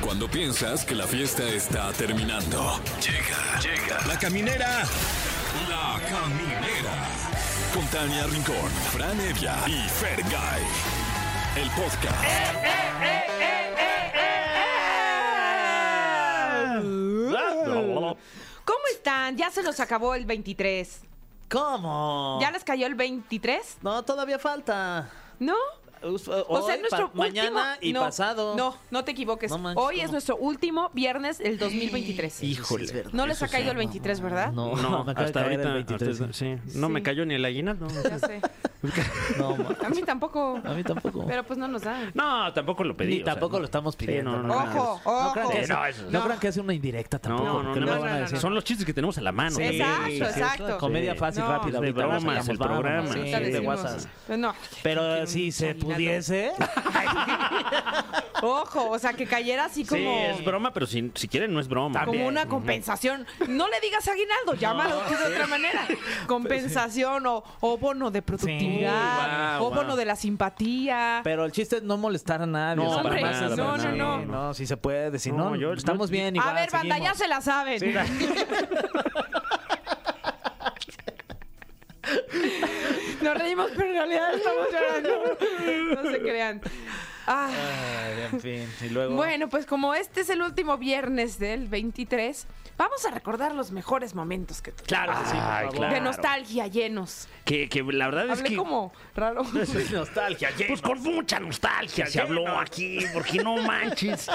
Cuando piensas que la fiesta está terminando. Llega, llega. La caminera. La caminera. Con Tania Rincón, Fran Evia y Fer El podcast. ¿Cómo están? Ya se nos acabó el 23. ¿Cómo? ¿Ya les cayó el 23? No, todavía falta. ¿No? Us- hoy, es nuestro pa- mañana último- y no, pasado. No, no te equivoques. No manches, Hoy es ¿cómo? nuestro último viernes del 2023. Híjole. No les ha caído el 23, ¿verdad? No, No, me acaba de hasta caer el ahorita. 23, hasta- sí. No me Sí. cayó ni el aguinaldo. Ya sé. No, ma- A mí tampoco. a mí tampoco. Pero pues no nos dan. No, tampoco lo pedí. Ni o sea, tampoco no. lo estamos pidiendo. Sí, no, no, no. Ojo, No crean ojo. que Sí, es- no, eso- no crean que es una indirecta No, tampoco. no, porque no, luego no, van a no, decir- Son los chistes que tenemos a la mano. Sí, ¿eh? güey. Exacto, sí, sí, exacto. es una Comedia fácil, No, rápida. es de ahorita, no bromas, esperamos el bromas, programa, sí, Ahorita sí, les de decimos. Pues WhatsApp. No. Pero Quiero si un se aguinaldo. pudiese, Ojo, o sea, que cayera así Sí, como. es broma, pero si, si quieren no es broma. como una compensación. No le digas aguinaldo, llámalo tú de otra manera. Compensación o, o bono de productividad, Sí, guau, o bono guau. de la simpatía. pero el chiste es no molestar a nadie. o No, sea, hombre, nada más es- no, no, sí, no. No, si se puede decir, No, no, yo- estamos yo- bien igual. a ver, banda, seguimos. ya se la saben. Nos reímos, pero en realidad estamos llorando. No se crean. Ah, Ay, en fin, y luego... bueno, pues como este es el último viernes del 23, vamos a recordar los mejores momentos que tuvimos. Claro, que sí, por favor. De nostalgia llenos. Que, que la verdad es Hablé que. como raro. nostalgia, lleno. Pues con mucha nostalgia se habló aquí, porque no manches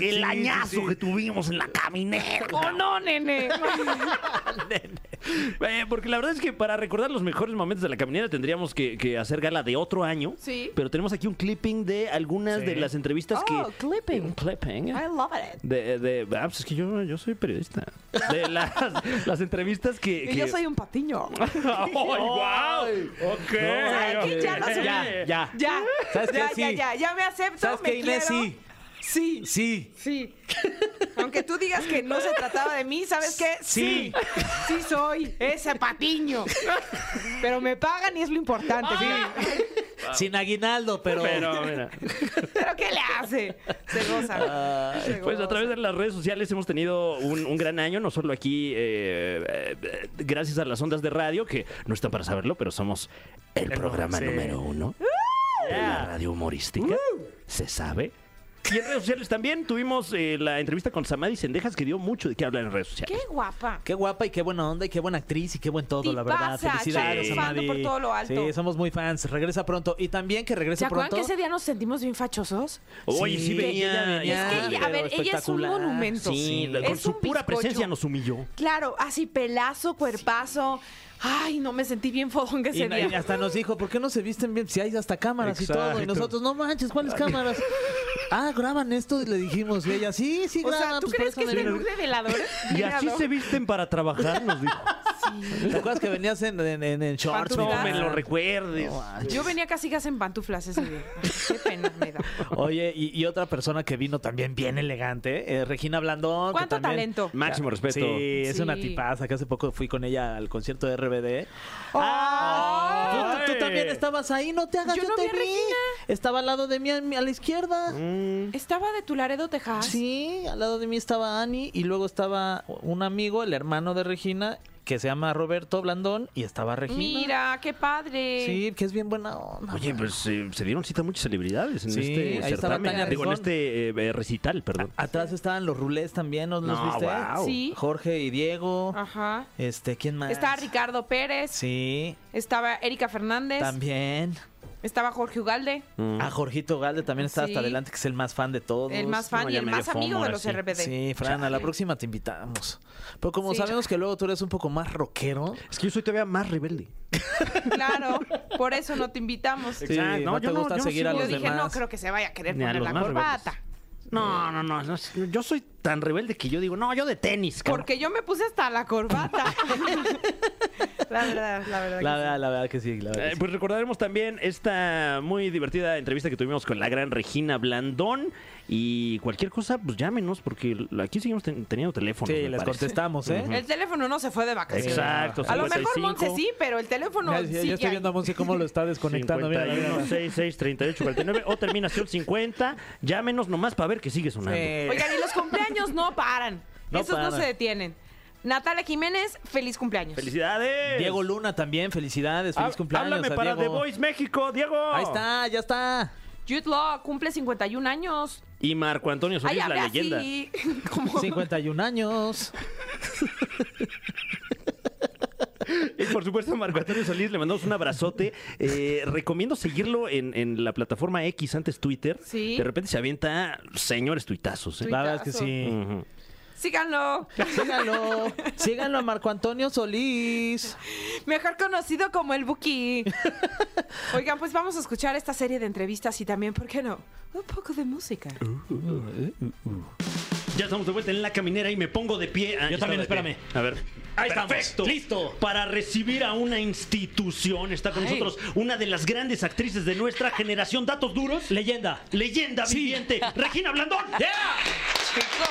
el añazo que tuvimos en la caminera. ¡Oh, no, nene! Eh, porque la verdad es que para recordar los mejores momentos de la caminera tendríamos que, que hacer gala de otro año. Sí. Pero tenemos aquí un clipping de algunas Sí. de las entrevistas Oh, que. clipping. Ah. Un clipping. I love it. De, de, ah, pues es que yo, yo soy periodista. De las, las entrevistas que. Y que- yo soy un patiño. ¡Ay, guau! Ok. ¿Saben qué? Ya lo asumí. Ya, ya. Ya. ¿Sabes qué? ya, ya, Sí. ya. Ya me acepto. ¿Sabes me qué, Inés? quiero. Sí, Sí. sí. Sí. Aunque tú digas que no se trataba de mí, ¿sabes qué? Sí. Sí, sí soy ese patiño. Pero me pagan y es lo importante. fíjate. Sin aguinaldo, pero... Pero, mira. ¿Pero qué le hace? Se goza. Ah. Se Pues a goza. través de las redes sociales hemos tenido un, un gran año, no solo aquí, eh, eh, eh, gracias a las ondas de radio, que no están para saberlo, pero somos el programa sí. número uno de la radio humorística. Se sabe. Y en redes sociales también tuvimos eh, la entrevista con Samadi Sendejas, que dio mucho de qué hablar en redes Qué sociales. guapa. Qué guapa y qué buena onda y qué buena actriz y qué buen todo, la verdad. Tipaza, Felicidades, claro, fan Amadi. por todo lo alto. Sí, somos muy fans. Regresa pronto. Y también que ¿Se regrese acuerdan pronto. que ese día nos sentimos bien fachosos? Oye, Sí, sí, venía. este, ella venía. Es que ella- a ver, ella es un espectacular. monumento. Sí, la- con Es su un pura bizcocho. presencia nos humilló. Claro, así pelazo, cuerpazo. Ay, no me sentí bien fodón que Y, ese día. y hasta nos dijo, ¿por qué no se visten bien? Si hay hasta cámaras y todo. Y Exacto. nosotros, no manches, ¿cuáles cámaras? Ah, graban esto y le dijimos. Y ella, sí, sí, o graban. sea, ¿tú pues, crees que por eso este me- look de velador? Y así velador? se visten para trabajar, nos dijo. ¿Te acuerdas que venías en, en, en- en shorts? Pantuflas. No me lo recuerdo. recuerdes. Yo venía casi casi en pantuflas ese día. Qué pena me da. Oye, y, y otra persona que vino también bien elegante, eh, Regina Blandón. que ¿Cuánto también- talento? Máximo respeto. Sí, es una Sí. tipaza que hace poco fui con ella al concierto de RBD. Oh. Ah. ¡Ay! Tú, tú también estabas ahí, no te hagas, Yo yo, no te vi a vi. Regina. Estaba al lado de mí a, mi- a la izquierda. Mm. Estaba de Tularedo, Texas. Sí, al lado de mí estaba Ani y luego estaba un amigo, el hermano de Regina, que se llama Roberto Blandón y estaba Regina. Mira, qué padre. Sí, que es bien buena onda. Oye, pues eh, se dieron cita muchas celebridades en Sí, este ahí estaba certamen. Tania Digo, en Rincón. este eh, eh, recital, perdón. Atrás estaban los rulés también, ¿no los No, viste? guau. Sí. Jorge y Diego. Ajá. Este, ¿quién más? Estaba Ricardo Pérez. Sí, Estaba Erika Fernández. también. Estaba Jorge Ugalde. Mm. A Jorgito Galde también está Sí. hasta adelante, que es el más fan de todos. El más fan no, y ya el me dio más fomo amigo de ahora los sí. RBD. Sí, Fran, a la próxima te invitamos. Pero como Sí, sabemos que luego tú eres un poco más rockero. Es que yo soy todavía más rebelde. Claro, por eso no te invitamos. Sí, Exacto. no, No, te yo no- gusta yo no seguir sigo. a Yo los dije, demás. no creo que se vaya a querer Ni a poner los la más corbata. No, no, no, no, Yo soy tan rebelde que yo digo, no, yo de tenis, cabrón. Porque yo me puse hasta la corbata. La verdad, la verdad. que La sí. verdad, la verdad que sí, la verdad. Eh, que sí. pues recordaremos también esta muy divertida entrevista que tuvimos con la gran Regina Blandón. Y cualquier cosa, pues llámenos, porque aquí seguimos ten- teniendo teléfono. Sí, les contestamos, ¿eh? El teléfono no se fue de vacaciones. Exacto. A lo mejor 55, Monse sí, pero el teléfono Mira, sí. ya, ya que estoy hay. viendo a Monse cómo lo está desconectando. Mira, mira, mira. 51 66 38 49 o terminación 50. Llámenos nomás para ver que sigue sonando. Sí. Oigan, y los cumpleaños no paran. No Esos no paran. se detienen. Natalia Jiménez, feliz cumpleaños. ¡Felicidades! Diego Luna también, felicidades, feliz Há- cumpleaños. Ah, Háblame a para Diego. The Voice México, Diego. Ahí está, ya está. Jude Law cumple 51 años. Y Marco Antonio Solís, Ay, la habla leyenda. así. Como- 51 años. Y por supuesto, a Marco Antonio Solís le mandamos un abrazote. Eh, recomiendo seguirlo en, en la plataforma X, antes Twitter. Sí. De repente se avienta señores tuitazos. ¿eh? Tuit- La verdad es que sí. Ujú. Síganlo. Síganlo. Síganlo a Marco Antonio Solís. Mejor conocido como el Buki. Oigan, pues vamos a escuchar esta serie de entrevistas y también, ¿por qué no? Un poco de música. Ya estamos de vuelta en la caminera y me pongo de pie. Ah, Yo ya también, estaba de espérame. pie. A ver. Ahí Perfecto. Listo. Para recibir a una institución. Está con Ay. nosotros una de las grandes actrices de nuestra generación. Datos duros. Leyenda. Leyenda viviente. Regina Blandón. Chicos,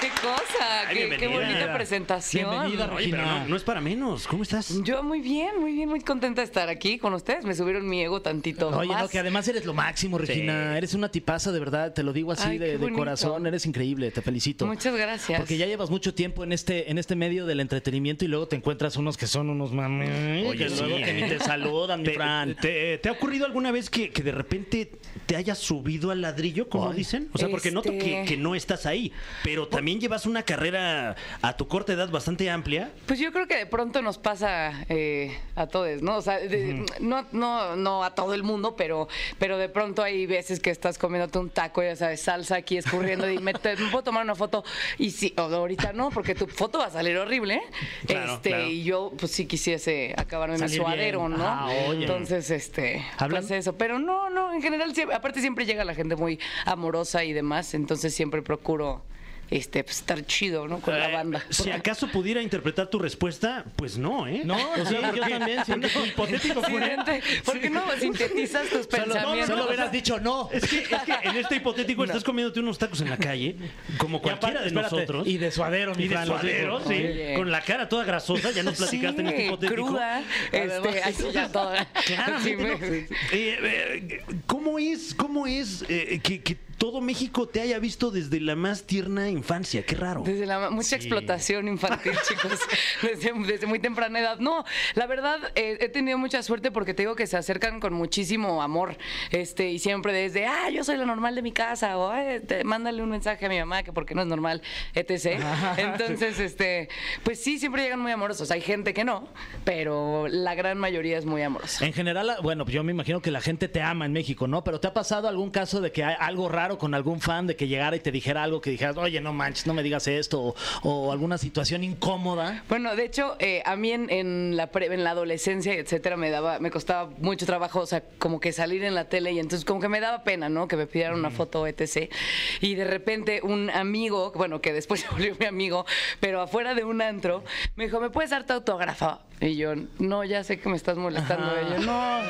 qué cosa, Ay, qué, qué bienvenida. bonita presentación. Bienvenida, Oye, pero Regina. no, no es para menos. ¿Cómo estás? Yo muy bien, muy bien, muy contenta de estar aquí con ustedes. Me subieron mi ego tantito. Oye, más. no, que además eres lo máximo, Regina. Eres una tipaza, de verdad. Te lo digo así Ay, qué de, de bonito. corazón. Eres increíble. Te felicito. Muchas gracias. Porque ya llevas mucho tiempo en este, en este medio del entretenimiento y luego te encuentras unos que son unos mames. Oye, que sí, luego que ¿eh? ni te saludan, mi ¿Te, Fran. te- te ha ocurrido alguna vez que, que de repente te hayas subido al ladrillo, como Ay. dicen? O sea, porque noto que, Este. que no estás ahí, pero también llevas una carrera a tu corta edad bastante amplia. Pues yo creo que de pronto nos pasa eh, a todos, ¿no? O sea, de- no, no, no a todo el mundo, pero, pero de pronto hay veces que estás comiéndote un taco, ya sabes, salsa aquí escurriendo y me, te- me puedo tomar una foto. Y sí, o ahorita no, porque tu foto va a salir horrible. ¿eh? Claro, este, claro. Y yo, pues sí quisiese acabarme mi Salir bien. suadero, ¿no? Ah, oye. Entonces, este, Hablan- pues eso. Pero no, no, en general, siempre- aparte siempre llega la gente muy amorosa y demás, entonces siempre procuro. Este, pues, estar chido, ¿no? Con la Eh, banda. Si acaso pudiera interpretar tu respuesta, pues no, ¿eh? No, sí, yo también. sí. Hipotético fuera- Accidente. ¿Por qué no sintetizas tus Solo, pensamientos? solo hubieras dicho no. Es que, es que en este hipotético estás comiéndote unos tacos en la calle, como cualquiera de Espérate, nosotros. Y de suadero, mi Y de Fran. lo digo. suadero, sí. Oye. Con la cara toda grasosa, ya nos platicaste en este Sí, hipotético. cruda, este, así ya toda. Sí, Claramente, me- ¿no? Eh, eh, ¿Cómo es, cómo es eh, que, que todo México te haya visto desde la más tierna infancia? Qué raro. Desde la mucha explotación infantil, chicos, desde, desde muy temprana edad. No, la verdad eh, he tenido mucha suerte porque te digo que se acercan con muchísimo amor, este y siempre desde, ah, yo soy la normal de mi casa o "Ay, te- mándale un mensaje a mi mamá que porque no es normal, etc. Entonces, este, pues sí, siempre llegan muy amorosos. Hay gente que no, pero la gran mayoría es muy amorosa. En general, bueno, yo me imagino que la gente te ama en México, ¿no? Pero ¿te ha pasado algún caso de que hay algo raro con algún fan, de que llegara y te dijera algo que dijeras, oye, no manches, no me digas esto, o, o alguna situación incómoda? Bueno, de hecho, eh, a mí en, en la pre- en la adolescencia, etcétera, me daba, me costaba mucho trabajo, o sea, como que salir en la tele y entonces como que me daba pena, ¿no? Que me pidieran una foto, etc. Y de repente un amigo, bueno, que después se volvió mi amigo, pero afuera de un antro, me dijo, ¿me puedes dar tu autógrafo? Y yo, no, ya sé que me estás molestando. Ajá. Y yo, no,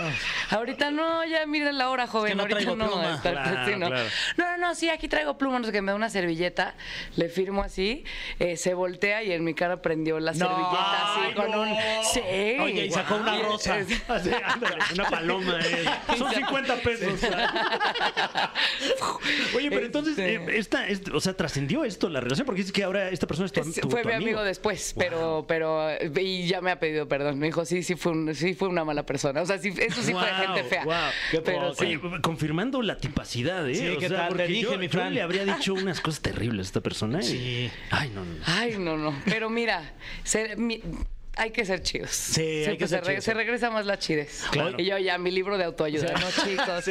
ahorita no, ya miren la hora, joven. no ahorita traigo no, pluma. está- Claro, sí, no. claro. No, no, no, sí, aquí traigo pluma, no sé qué, me da una servilleta, le firmo así, eh, se voltea y en mi cara prendió la servilleta así ¡Ay, con no! un. Sí. Oye, y sacó una Guau. rosa. Es- Así, ándale, una paloma. eh. Son 50 pesos. Oye, pero entonces, Este. eh, esta, est- o sea, trascendió esto la relación, porque dices que ahora esta persona es tu, am- es- tu- fue tu mi amigo después, pero, pero, eh, y ya me ha pedido perdón. Me dijo, sí, sí fue, un- sí fue una mala persona. O sea, sí, eso sí fue Guau, gente fea. guau, qué pero poco. sí. Oye, confirmando la tipacidad, ¿eh? Sí, ¿qué tal? Te porque dije, yo, mi yo Fran. le habría dicho unas cosas terribles a esta persona. ¿eh? y- Sí. Ay, no, no. Ay, no, no. Pero mira, ser- mi- hay que ser chidos. Sí, hay que pues ser se, re- chidos. se regresa más la chidez. Claro. Y yo ya, mi libro de autoayuda, ¿no, chicos?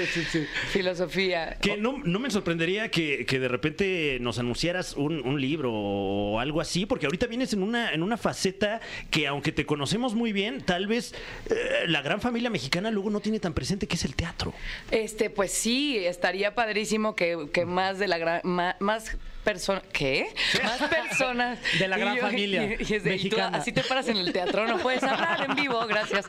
Filosofía. Que no, no me sorprendería que, que de repente nos anunciaras un, un libro o algo así, porque ahorita vienes en una, en una faceta que aunque te conocemos muy bien, tal vez eh, la gran familia mexicana luego no tiene tan presente que es el teatro. Este, pues sí, estaría padrísimo que, que más de la gran, ma- más personas. ¿Qué? Más personas. De la Y gran yo- familia y- y es de, "Y tú mexicana". así te paras en el teatro, no puedes hablar en vivo, gracias.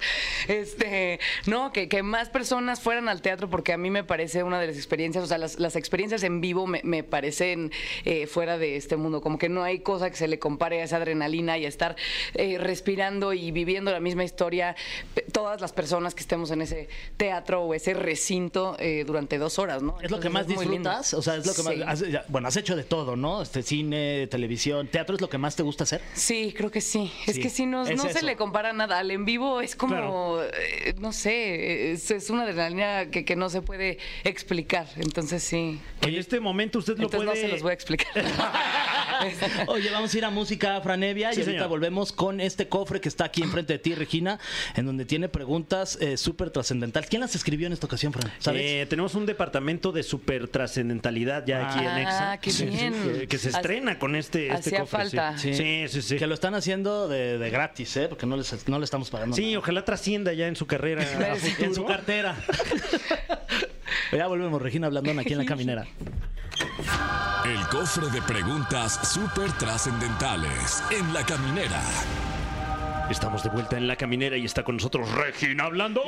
Este, no, que, que más personas fueran al teatro porque a mí me parece una de las experiencias, o sea, las, las experiencias en vivo me, me parecen eh, fuera de este mundo, como que no hay cosa que se le compare a esa adrenalina y a estar eh, respirando y viviendo la misma historia, pe- todas las personas que estemos en ese teatro o ese recinto eh, durante dos horas, ¿no? Es lo que Entonces, más muy lindo. disfrutas, o sea, es lo que más... Sí. has- ya- bueno, has hecho de todo, ¿no? Este, cine, televisión, teatro, ¿es lo que más te gusta hacer? Sí, creo que sí. Es Sí, que sí, no, es no se eso. le compara nada. Al en vivo es como, Claro. eh, no sé, es, es una adrenalina que, que no se puede explicar. Entonces sí. En este momento usted lo Entonces puede. no se los voy a explicar. Oye, vamos a ir a música, Franevia, Sí, y ahorita señor. volvemos con este cofre que está aquí enfrente de ti, Regina, en donde tiene preguntas eh, súper trascendentales. ¿Quién las escribió en esta ocasión, Fran? ¿Sabes? Eh, tenemos un departamento de super trascendentalidad ya aquí en Ah, Exa. qué bien. Que, que se Hac- estrena con este, este hacía cofre. sí. falta. Sí, sí, sí. Sí, Que lo están haciendo de, de gratis, ¿eh? Porque no, les, no le estamos pagando. nada. ojalá trascienda ya en su carrera. a futuro. en su cartera. ya volvemos, Regina Blandón, aquí en la caminera. El cofre de preguntas súper trascendentales en la caminera. Estamos de vuelta en la caminera y está con nosotros Regina hablando.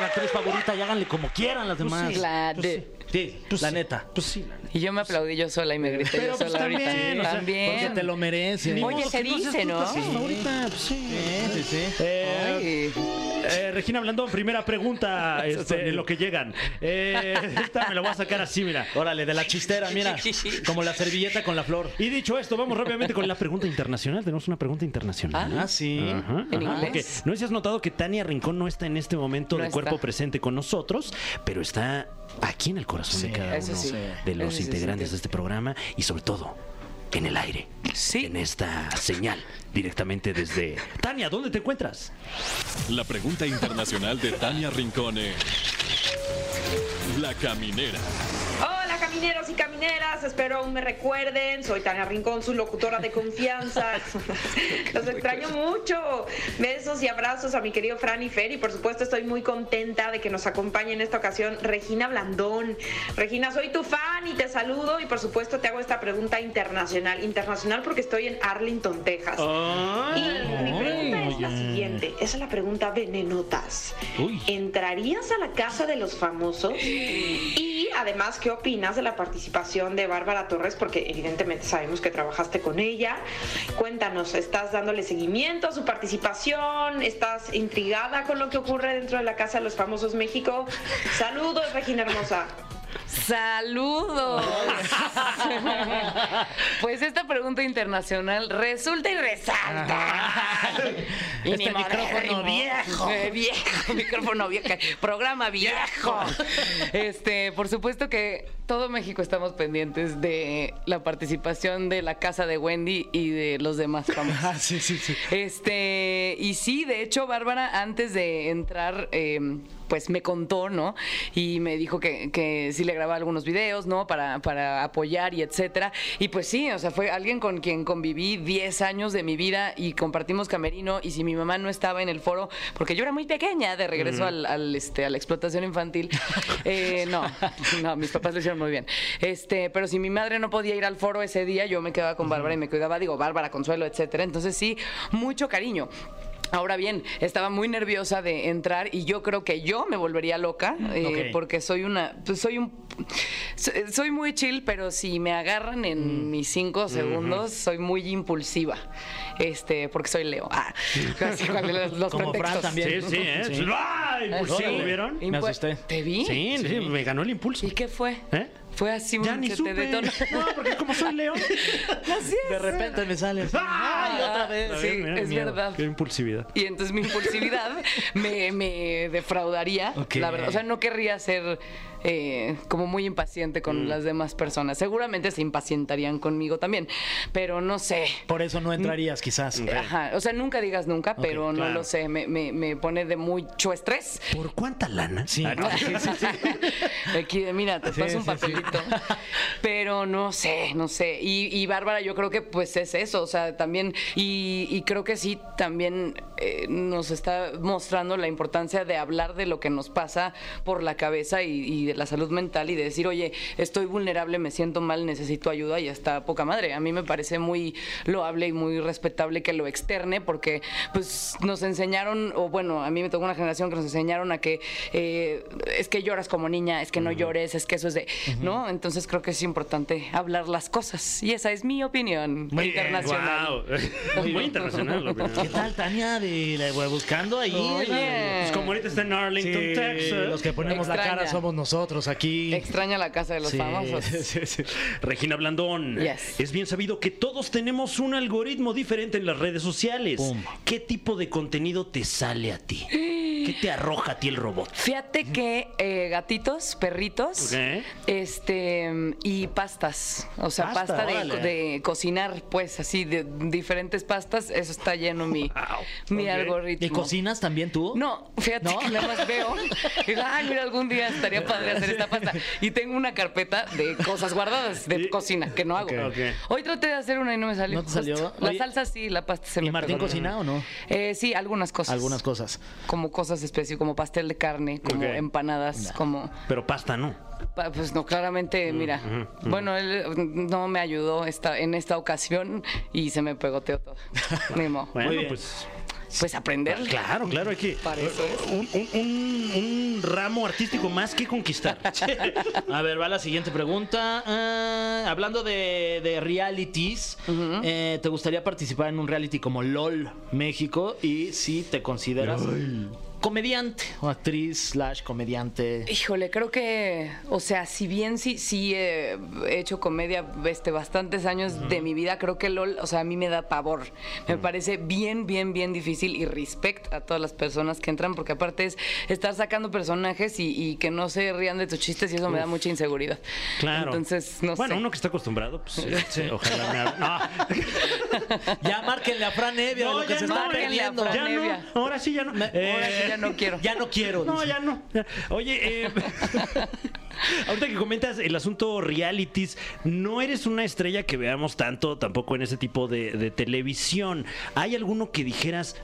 La actriz favorita y háganle como quieran las demás. la Pues de- sí, sí, la neta. Pues sí, la neta. Y yo me aplaudí yo sola y me grité Pero, yo pues, sola ahorita. también, o Porque sea, También. te lo mereces. Ni Oye, modo se que seas dice, tu ¿no? actriz favorita, pues sí. Sí, sí, sí. Eh, Ay. Eh, Regina Blandón, primera pregunta este, en lo que llegan. Eh, esta me la voy a sacar así, mira. Órale, de la chistera, mira. Como la servilleta con la flor. Y dicho esto, vamos rápidamente con la pregunta internacional. Tenemos una pregunta internacional. Ah, sí. Ajá, ¿En ajá, inglés? porque no sé si has notado que Tania Rincón no está en este momento No de cuerpo está. presente con nosotros, pero está aquí en el corazón de cada eso uno sí. de los Eso sí, integrantes sí. de este programa y sobre todo en el aire. Sí. En esta señal, directamente desde... Tania, ¿dónde te encuentras? La pregunta internacional de Tania Rincone. La caminera. Hola camineros y camineras, espero aún me recuerden. Soy Tania Rincón, su locutora de confianza. Los extraño mucho. Besos y abrazos a mi querido Fran y Fer y por supuesto estoy muy contenta de que nos acompañe en esta ocasión Regina Blandón. Regina, soy tu fan y te saludo y por supuesto te hago esta pregunta internacional. Internacional porque estoy en Arlington, Texas. Y mi pregunta es la siguiente. Esa es la pregunta venenotas. ¿Entrarías a la casa de los famosos? Y además, ¿qué opinas de la participación de Bárbara Torres? Porque evidentemente sabemos que trabajaste con ella. Cuéntanos, ¿estás dándole seguimiento a su participación? ¿Estás intrigada con lo que ocurre dentro de la casa de los famosos México? Saludos, Regina Hermosa. Saludos. pues esta pregunta internacional resulta y resalta. Y Este ni modo, micrófono ni modo. viejo. Eh, viejo, micrófono viejo, programa viejo. Este, por supuesto que todo México estamos pendientes de la participación de la casa de Wendy y de los demás famosos. Ah, sí, sí, sí. Este, y sí, de hecho, Bárbara, antes de entrar, eh, pues me contó, ¿no? Y me dijo que, que sí le grababa algunos videos, ¿no? Para, para apoyar y etcétera. Y pues sí, o sea, fue alguien con quien conviví 10 años de mi vida y compartimos camerino. Y si mi mamá no estaba en el foro, porque yo era muy pequeña de regreso al, al, este, a la explotación infantil, eh, no, no, mis papás lo hicieron muy bien. Este, pero si mi madre no podía ir al foro ese día, yo me quedaba con Bárbara y me cuidaba, digo, Bárbara, Consuelo, etcétera. Entonces sí, mucho cariño. Ahora bien, estaba muy nerviosa de entrar y yo creo que yo me volvería loca eh, Mm, ok. porque soy una, pues, soy un, so- soy muy chill, pero si me agarran en Mm. mis cinco segundos, soy muy impulsiva, este, porque soy Leo. Ah, así, ¿cuál de los, los Como Fran pretextos? también. Sí, sí, ¿eh? Sí. ¡Ay! Ah, Pues sí, órale. ¿lo vieron? Me asusté. ¿Te vi? Sí, sí, me ganó el impulso. ¿Y qué fue? ¿Eh? Fue así un Ya ni se te supe. detonó. No, porque como soy león. Así es. De repente me sales. Ah. ¡Ay, otra vez! Sí, es verdad. Qué impulsividad. Y entonces mi impulsividad me, me defraudaría, Ok. la verdad. O sea, no querría ser eh, como muy impaciente con Mm. las demás personas. Seguramente se impacientarían conmigo también, pero no sé. Por eso no entrarías, quizás. Ajá. O sea, nunca digas nunca, pero no Eh. claro. lo sé. Me, me- me pone de mucho estrés. ¿Por cuánta lana? Sí. Ah, no. Aquí de, mira, te Sí, paso un sí, sí. papelito. Pero no sé, no sé. Y, y Bárbara, yo creo que pues es eso, o sea, también, y, y creo que sí, también eh, nos está mostrando la importancia de hablar de lo que nos pasa por la cabeza y, y de la salud mental y de decir, oye, estoy vulnerable, me siento mal, necesito ayuda y está poca madre. A mí me parece muy loable y muy respetable que lo externe porque pues nos enseñaron, o bueno, a mí me tocó una generación que nos enseñaron a que eh, es que lloras como niña, es que no llores, es que eso es de, ¿no? Entonces creo que es importante hablar las cosas y esa es mi opinión Muy bien, internacional. guau. Muy internacional la opinión. ¿Qué tal, Tania? De, la- buscando ahí. Oye. Pues como ahorita está en Sí, Arlington, Texas. los que ponemos la Extraña. cara somos nosotros aquí. Extraña la casa de los Sí. famosos. Sí, sí. Regina Blandón, Yes. es bien sabido que todos tenemos un algoritmo diferente en las redes sociales. Pum. ¿Qué tipo de contenido te sale a ti? ¿Qué te arroja a ti el robot? Fíjate que eh, gatitos, perritos, Ok. este y pastas, o sea, Pasta, pasta, de, órale. de cocinar, pues así de diferentes pastas, eso está lleno mi mi ok. algoritmo. ¿Y cocinas también tú? No, fíjate ¿No? que nada más veo. y digo, Ay, mira, algún día estaría padre hacer esta pasta. Y tengo una carpeta de cosas guardadas de cocina que no hago. Ok. Ok. Hoy traté de hacer una y no me salió. ¿No te salió? justo. La Oye, salsa sí, la pasta se me ¿Y Martín pegó. cocina o no? Eh, sí, algunas cosas. Algunas cosas. Como cosas específicas, como pastel de carne, como Ok. empanadas, como... Pero pasta no. Pa- Pues no, claramente, Mm, mira. Bueno, él eh, no me ayudó esta, en esta ocasión y se me pegoteo todo. Ni modo. Bueno, bien. pues Pues aprender. claro, claro, hay que Para eso es. un, un- un- un ramo artístico más que conquistar. A ver, va la siguiente pregunta. Ah, hablando de, de realities, eh, ¿te gustaría participar en un reality como LOL México? Y si te consideras comediante o actriz slash comediante. Híjole, creo que, o sea, si bien sí, sí eh, he hecho comedia este, bastantes años de mi vida, creo que LOL, o sea, a mí me da pavor. Me parece bien, bien, bien difícil y respect a todas las personas que entran, porque aparte es estar sacando personajes y, y que no se rían de tus chistes y eso me da mucha inseguridad. Claro. Entonces, no bueno, sé. uno que está acostumbrado, pues este, ojalá me abra- no. Ya márquenle a Fran Evia de No, lo que ya se no, está ya- perdiendo. Fran Ya no, Evia. ahora sí ya no. Ahora sí ya no quiero. Ya no quiero. No, dice. ya no. Ya. Oye, eh, ahorita que comentas el asunto realities, no eres una estrella que veamos tanto tampoco en ese tipo de, de televisión. ¿Hay alguno que dijeras,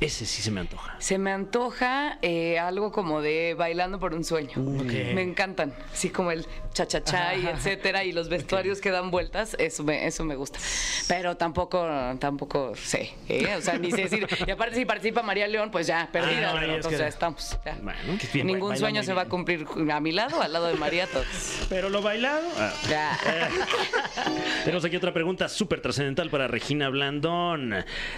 ese sí se me antoja? Se me antoja eh, algo como de bailando por un sueño. Me encantan. Sí, como el cha-cha-cha y etcétera, y los vestuarios que dan vueltas, eso me, eso me gusta. Pero tampoco, tampoco sé. ¿eh? O sea, ni sé decir. Y aparte, si participa María León, pues ya, perdida. Ah, no, ¿no? es o que- sea, estamos. ya. Bueno, Que bien, Ningún baila sueño muy se va a bien. cumplir a mi lado, al lado de María, todos. pero lo bailado. ah. Ya. Tenemos aquí otra pregunta súper trascendental para Regina Blandón.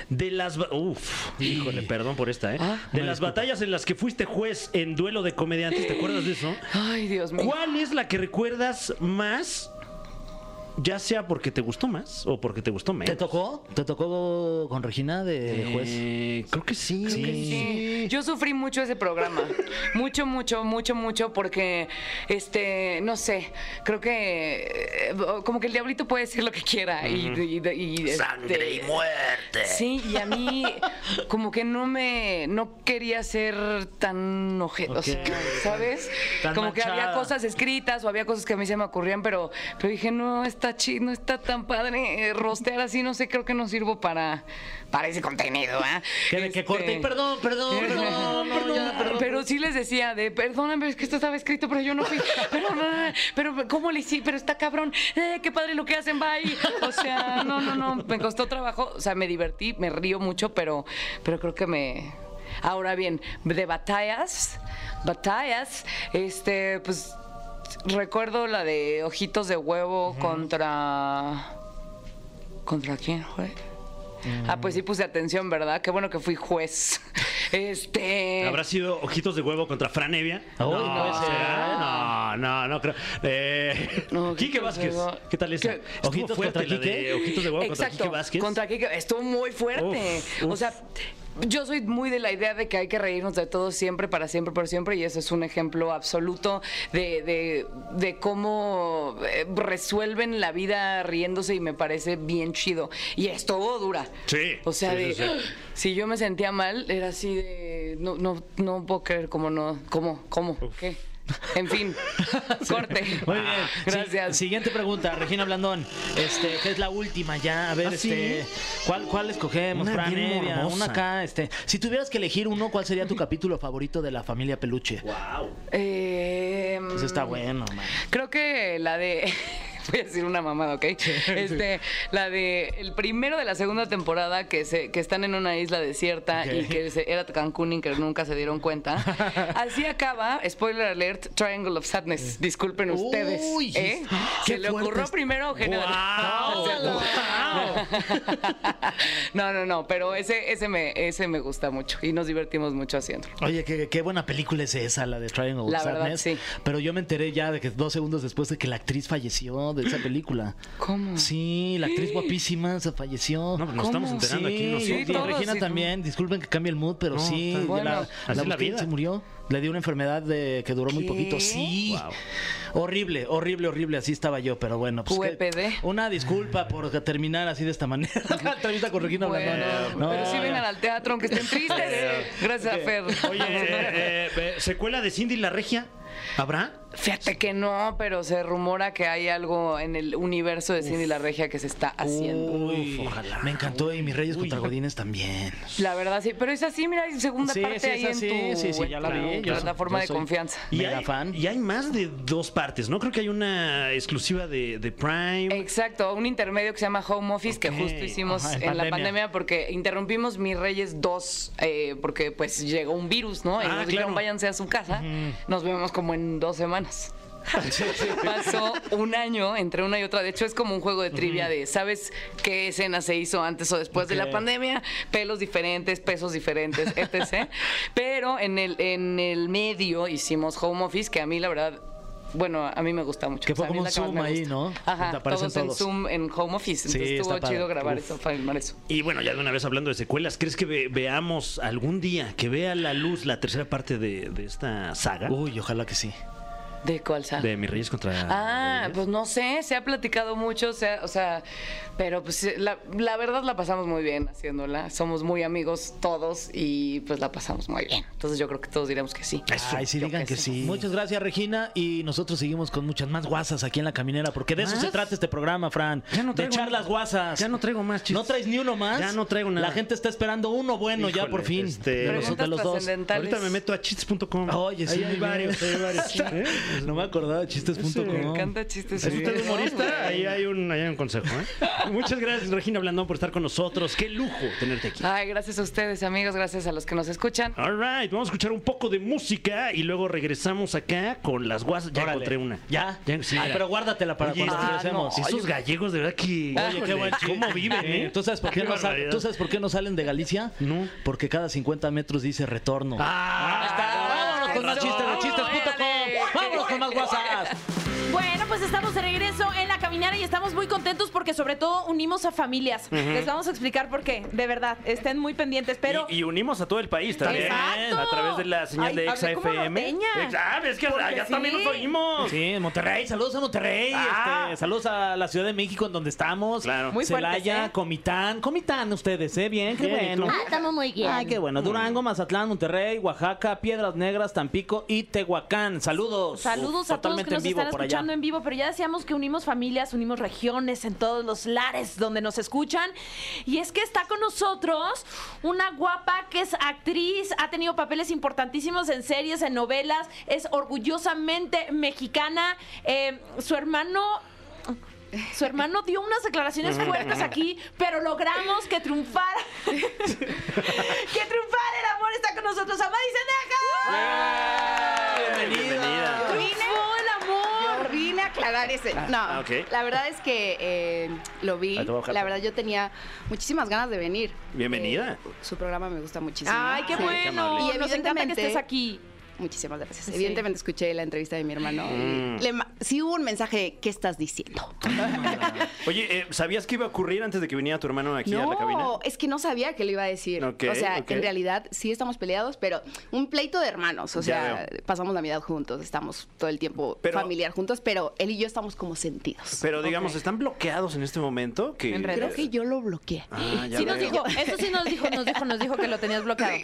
De las. ba- Uf, híjole, perdón por esta, ¿eh? de las batallas en las que fuiste juez en duelo de comediantes, ¿te acuerdas de eso? Ay, Dios mío. ¿Cuál es la que recuerdas más? Ya sea porque te gustó más o porque te gustó menos. ¿Te tocó? ¿Te tocó con Regina de Eh, juez? creo que sí. Sí. Yo sufrí mucho ese programa. mucho, mucho, mucho, mucho, porque, este, no sé, creo que eh, como que el diablito puede decir lo que quiera. y- y, y- y, Sangre y este, muerte. Sí, y a mí como que no me no quería ser tan oje- o sea, Ok. ¿sabes? Tan como que había manchada. cosas escritas o había cosas que a mí se me ocurrían, pero pero dije, "No, está chido, no está tan padre eh, rostear así, no sé, creo que no sirvo para para ese contenido, ¿ah?" Que, que Este, corte y perdón, perdón, perdón, no, ya, perdón. pero sí les decía de perdóname, es que esto estaba escrito, pero yo no fui. Pero, no, no, no, pero ¿cómo le hice? Pero está cabrón. Eh, qué padre lo que hacen, bye. O sea, no, no, no. Me costó trabajo. O sea, me divertí, me río mucho, pero, pero creo que me. Ahora bien, de batallas, batallas, este, pues recuerdo la de ojitos de huevo contra. ¿Contra quién, juez? Mm. Ah, pues sí puse atención, ¿verdad? Qué bueno que fui juez. Este. ¿Habrá sido ojitos de huevo contra Fran Evia? Uy, puede ser. ¿será? No, no, no creo. Eh, No, ojitos Quique de Vázquez. huevo. ¿Qué tal esa? ¿Qué? Estuvo ¿Ojitos fuerte contra la de Quique? Ojitos de huevo contra Exacto. Quique Vázquez. Contra Quique- Estuvo muy fuerte. Uf, uf. O sea, yo soy muy de la idea de que hay que reírnos de todo siempre, para siempre, por siempre, y eso es un ejemplo absoluto de, de- de cómo eh, resuelven la vida riéndose y me parece bien chido. Y estuvo dura. Sí, O sea, sí, de, sí, sí. si yo me sentía mal, era así de, no, no, no puedo creer cómo no, cómo, cómo, qué. En fin, corte. Ah, Muy bien. Gracias. Sí, Ah, siguiente pregunta, Regina Blandón. Este, que es la última ya. A ver, ¿Ah, sí? este, ¿cuál, ¿cuál escogemos? Una Fran bien Evia, morbosa. una acá, este. Si tuvieras que elegir uno, ¿cuál sería tu capítulo favorito de la familia Peluche? Eh, Eso Pues está bueno, man. Creo que la de. Voy a decir una mamada, ¿ok? Este, la de el primero de la segunda temporada que se, que están en una isla desierta y que se- era Cancún y que nunca se dieron cuenta. Así acaba, spoiler alert, Triangle of Sadness. Disculpen ustedes. Mm. Uy, ¿eh? qué Se le fuerte ocurrió es- primero Eugenio de la- ¡Guau! No, es cierto. No, no, no, pero ese, ese me, ese me gusta mucho y nos divertimos mucho haciéndolo. Oye, qué, qué buena película es esa, la de Triangle of La verdad, Sadness. sí. Pero yo me enteré ya de que dos segundos después de que la actriz falleció de esa película. ¿Cómo? Sí, la actriz guapísima se falleció. No, pues ¿Cómo? nos estamos Sí, enterando aquí nosotros. y todos, Regina sí, también, disculpen que cambie el mood, pero No, sí, está- la- Bueno. la, Así es la busqué y vida. se murió. Le dio una enfermedad de, que duró muy ¿Qué? poquito, sí. Horrible, horrible, horrible, así estaba yo, pero bueno. Pues que- QPD. una disculpa por terminar así de esta manera. La entrevista con Regina Bueno, Blandón. No, pero sí no. vengan al teatro aunque estén tristes. Gracias a Fer. Oye, eh, eh, ¿secuela de Cindy la Regia? ¿Habrá? Fíjate que no, pero se rumora que hay algo en el universo de Cindy la Regia que se está haciendo. Uy, ojalá. Me encantó y mis Reyes contra Godines también. La verdad sí, pero es así, mira, hay segunda Sí, parte sí, ahí esa sí, en tu, sí, sí, en ya la tu vi, yo- plataforma yo de soy- confianza. Y Mega hay, fan. Y hay más de dos partes, ¿no? Creo que hay una exclusiva de, de Prime. Exacto, un intermedio que se llama Home Office Ok, que justo hicimos ajá, en en, la pandemia. pandemia porque interrumpimos Mis Reyes 2 eh, porque pues llegó un virus, ¿no? Y Ah, nos dijeron claro. váyanse a su casa, nos vemos como en dos semanas. Pasó un año entre una y otra. De hecho, es como un juego de trivia de ¿sabes qué escena se hizo antes o después de la pandemia? Pelos diferentes, pesos diferentes, etc. Pero en el, en el medio hicimos home office, que a mí la verdad. Bueno, a mí me gusta mucho. Que fue O sea, a mí como es un la Zoom que más me ahí, gusta. ¿no? Te Ajá, aparecen todos en todos. Zoom, en home office. Sí, Entonces estuvo está chido padre. grabar Uf. eso, filmar eso. Y bueno, ya de una vez hablando de secuelas, ¿crees que ve- veamos algún día que vea la luz la tercera parte de, de esta saga? Uy, ojalá que sí. ¿De cuál sale? De Mis Reyes contra. Ah, Godines? pues no sé, se ha platicado mucho, se ha- o sea, pero pues la, la verdad la pasamos muy bien haciéndola. Somos muy amigos todos y pues la pasamos muy bien. Entonces yo creo que todos diremos que sí. Ay, sí, yo digan qué que sé. sí. Muchas gracias, Regina. Y nosotros seguimos con muchas más guasas aquí en la caminera, porque de eso ¿Más? se trata este programa, Fran. Ya no de traigo echar nada. las guasas. Ya no traigo más chistes. pues, ¿No traes ni uno más? Ya no traigo nada. La gente está esperando uno bueno ya Híjole, por fin. este, De los, de Preguntas los dos. trascendentales. Ahorita me meto a chistes.com. Oye, sí, Ahí hay muy varios, bien. ahí hay varios. ¿eh? No me acordaba de chistes.com. Me encanta chistes. ¿Es usted ¿no? humorista? pues, Ahí hay un, ahí hay un consejo. ¿eh? Muchas gracias, Regina Blandón, por estar con nosotros. Qué lujo tenerte aquí. Ay, gracias a ustedes, amigos, gracias a los que nos escuchan. All right, vamos a escuchar un poco de música y luego regresamos acá con las guasas. Ya Órale. encontré una. ¿Ya? ya Ah, sí, Ay, mira. pero guárdatela para Oye, cuando este- regresemos. Ay, Esos gallegos, de verdad que. Oye, qué buen chiste. ¿Cómo viven, eh? ¿Tú sabes, por qué Qué no sal- barbaridad. ¿Tú sabes por qué no salen de Galicia? No. Porque cada 50 metros dice retorno. Ah, Vámonos con más eso. chistes de chistes.com. Órale. Vámonos con más guasas. Bueno, pues estamos de regreso en la caminera y estamos muy contentos porque sobre todo unimos a familias. Les vamos a explicar por qué, de verdad, estén muy pendientes, pero y, y unimos a todo el país ¿eh? también. Exacto. A través de la señal Ay, de hablé como XFM. norteña. Ah, es que Porque allá sí. también nos oímos. Sí, en Monterrey, saludos a Monterrey, Ah. este, saludos a la Ciudad de México en donde estamos, Claro. Muy fuertes, Celaya, ¿eh? Comitán, Comitán ustedes, eh, bien, qué Bien, ¿y bueno. tú? Ah, estamos muy bien. Ay, qué bueno. Durango, Mazatlán, Monterrey, Oaxaca, Piedras Negras, Tampico y Tehuacán. Saludos. Saludos Uf, a todos que totalmente nos en vivo están por allá. escuchando en vivo, pero ya decíamos que unimos familias, unimos regiones en todos los lares donde nos escuchan. Y es que está con nosotros una guapa que es actriz, ha tenido papeles importantísimos en series, en novelas, es orgullosamente mexicana. Eh, su hermano... Su hermano dio unas declaraciones fuertes aquí, pero logramos que triunfara. que triunfara el amor está con nosotros. Amadi Sendeja. Bienvenida. Triunfó el amor. Yo vine a aclarar ese. No, ah, ok. la verdad es que eh, lo vi. Ahí te voy a bajar. La verdad yo tenía muchísimas ganas de venir. Bienvenida. Eh, su programa me gusta muchísimo. Ay, qué Sí. bueno. amable. Y nos encanta que evidentemente- estés aquí. Muchísimas gracias. Sí. Evidentemente escuché la entrevista de mi hermano. Mm. Ah, y le ma- sí hubo un mensaje, ¿qué estás diciendo? Oye, eh, ¿sabías que iba a ocurrir antes de que viniera tu hermano aquí a la cabina? No, es que no sabía que lo iba a decir. Ok, o sea, ok. en realidad sí estamos peleados, pero un pleito de hermanos. O Ya sea, pasamos la Navidad juntos, estamos todo el tiempo Pero- familiar juntos, pero él y yo estamos como sentidos. Pero digamos, ¿están bloqueados en este momento? Que... En redes. Creo que yo lo bloqueé. Ah, ya Sí nos veo. dijo, eso sí nos dijo, nos dijo, nos dijo que lo tenías bloqueado.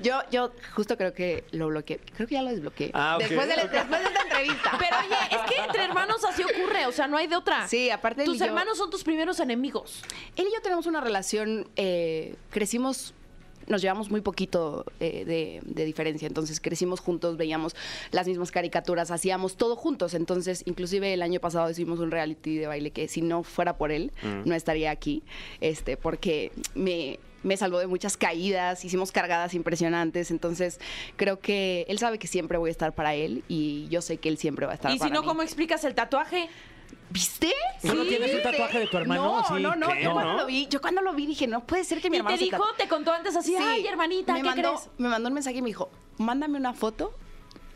Yo, yo justo creo que lo bloqueé. Creo creo que ya lo desbloqueé. Ah, ok. después, de la- después de esta entrevista. Pero oye, es que entre hermanos así ocurre, o sea, no hay de otra. Sí, aparte él Tus y yo- hermanos son tus primeros enemigos. Él y yo tenemos una relación, eh, crecimos, nos llevamos muy poquito eh, de, de diferencia, entonces crecimos juntos, veíamos las mismas caricaturas, hacíamos todo juntos, entonces inclusive el año pasado hicimos un reality de baile que si no fuera por él, no estaría aquí, este, porque me... Me salvó de muchas caídas, hicimos cargadas impresionantes, entonces creo que él sabe que siempre voy a estar para él y yo sé que él siempre va a estar Y para si no, mí. ¿cómo explicas el tatuaje? ¿Viste? ¿Tú no tienes un tatuaje de tu hermano? No, Sí, no, no. creo, Yo cuando ¿no? lo vi, yo cuando lo vi dije, no puede ser que mi Y hermano te se dijo, tatu- te contó antes así, Sí. ay, hermanita, me ¿qué mandó, crees? Me mandó un mensaje y me dijo, mándame una foto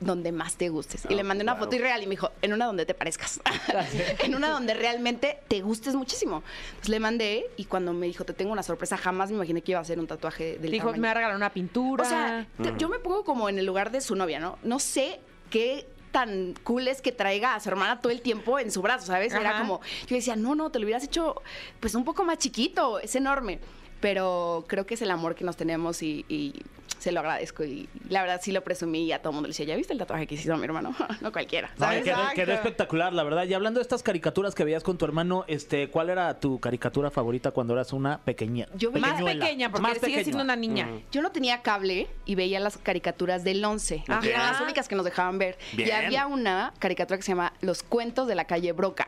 donde más te gustes. y Ah, le mandé una wow. foto irreal y me dijo, en una donde te parezcas. Ah, en una donde realmente te gustes muchísimo. Pues le mandé y cuando me dijo, te tengo una sorpresa, jamás me imaginé que iba a ser un tatuaje del Dijo, tamaño". me va a regalar una pintura. O sea, te- yo me pongo como en el lugar de su novia, ¿no? No sé qué tan cool es que traiga a su hermana todo el tiempo en su brazo, ¿sabes? Era Ajá. como, yo decía, no, no, te lo hubieras hecho pues un poco más chiquito, es enorme. Pero creo que es el amor que nos tenemos y, y se lo agradezco. Y la verdad sí lo presumí y a todo el mundo le decía, ¿ya viste el tatuaje que hizo mi hermano? no cualquiera. No, y ¿sabes? quedó, Exacto. quedó espectacular, la verdad. Y hablando de estas caricaturas que veías con tu hermano, este, ¿cuál era tu caricatura favorita cuando eras una pequeña? Yo veía- más pequeñuela? pequeña, Mm. porque Más sigue siendo pequeñuela. una niña. Yo no tenía cable y veía las caricaturas del 11. Ajá. Y eran las únicas que nos dejaban ver. Y Bien. había una caricatura que se llama Los cuentos de la calle Broca.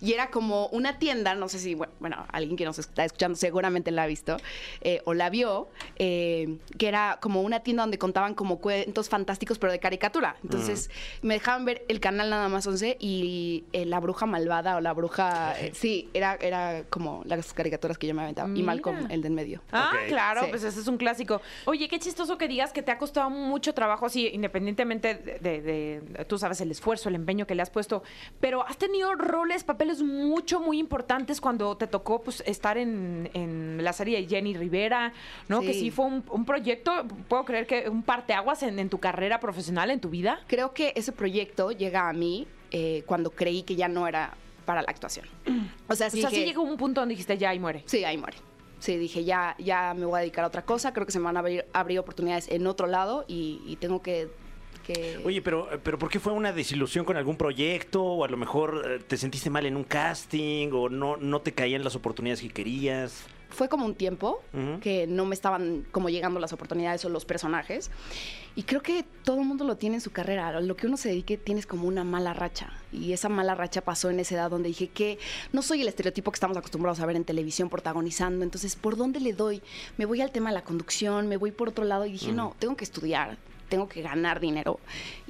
Y era como una tienda, no sé si, bueno, bueno, alguien que nos está escuchando seguramente la ha visto eh, o la vio, eh, que era como una tienda donde contaban como cuentos fantásticos, pero de caricatura. Entonces me dejaban ver el canal nada más 11 y eh, la bruja malvada o la bruja. eh, sí, era, era como las caricaturas que yo me aventaba. Y Mira. Malcolm, el del medio. Ah, Ok. claro, Sí. pues ese es un clásico. Oye, qué chistoso que digas que te ha costado mucho trabajo, así, independientemente de, de- de- tú sabes, el esfuerzo, el empeño que le has puesto, pero has tenido roles, papeles mucho, muy importantes cuando te tocó pues, estar en, en la serie de Jenny Rivera, ¿no? Que Sí. sí fue un, un proyecto, puedo creer que un parteaguas en, en tu carrera profesional, en tu vida. Creo que ese proyecto llega a mí eh, cuando creí que ya no era para la actuación. O sea, O sea, sí dije- llegó un punto donde dijiste, ya, y muere. Sí, ahí muere. Sí, dije, ya, ya me voy a dedicar a otra cosa. Creo que se me van a abrir, abrir oportunidades en otro lado y, y tengo que... que- Oye, pero, pero ¿por qué fue una desilusión con algún proyecto? ¿O a lo mejor eh, te sentiste mal en un casting? ¿O no, no te caían las oportunidades que querías? Fue como un tiempo Ujú. que no me estaban como llegando las oportunidades o los personajes. Y creo que todo el mundo lo tiene en su carrera. A Lo que uno se dedique tienes como una mala racha. Y esa mala racha pasó en esa edad donde dije que no soy el estereotipo que estamos acostumbrados a ver en televisión protagonizando. Entonces, ¿por dónde le doy? Me voy al tema de la conducción, me voy por otro lado y dije, no, tengo que estudiar. Tengo que ganar dinero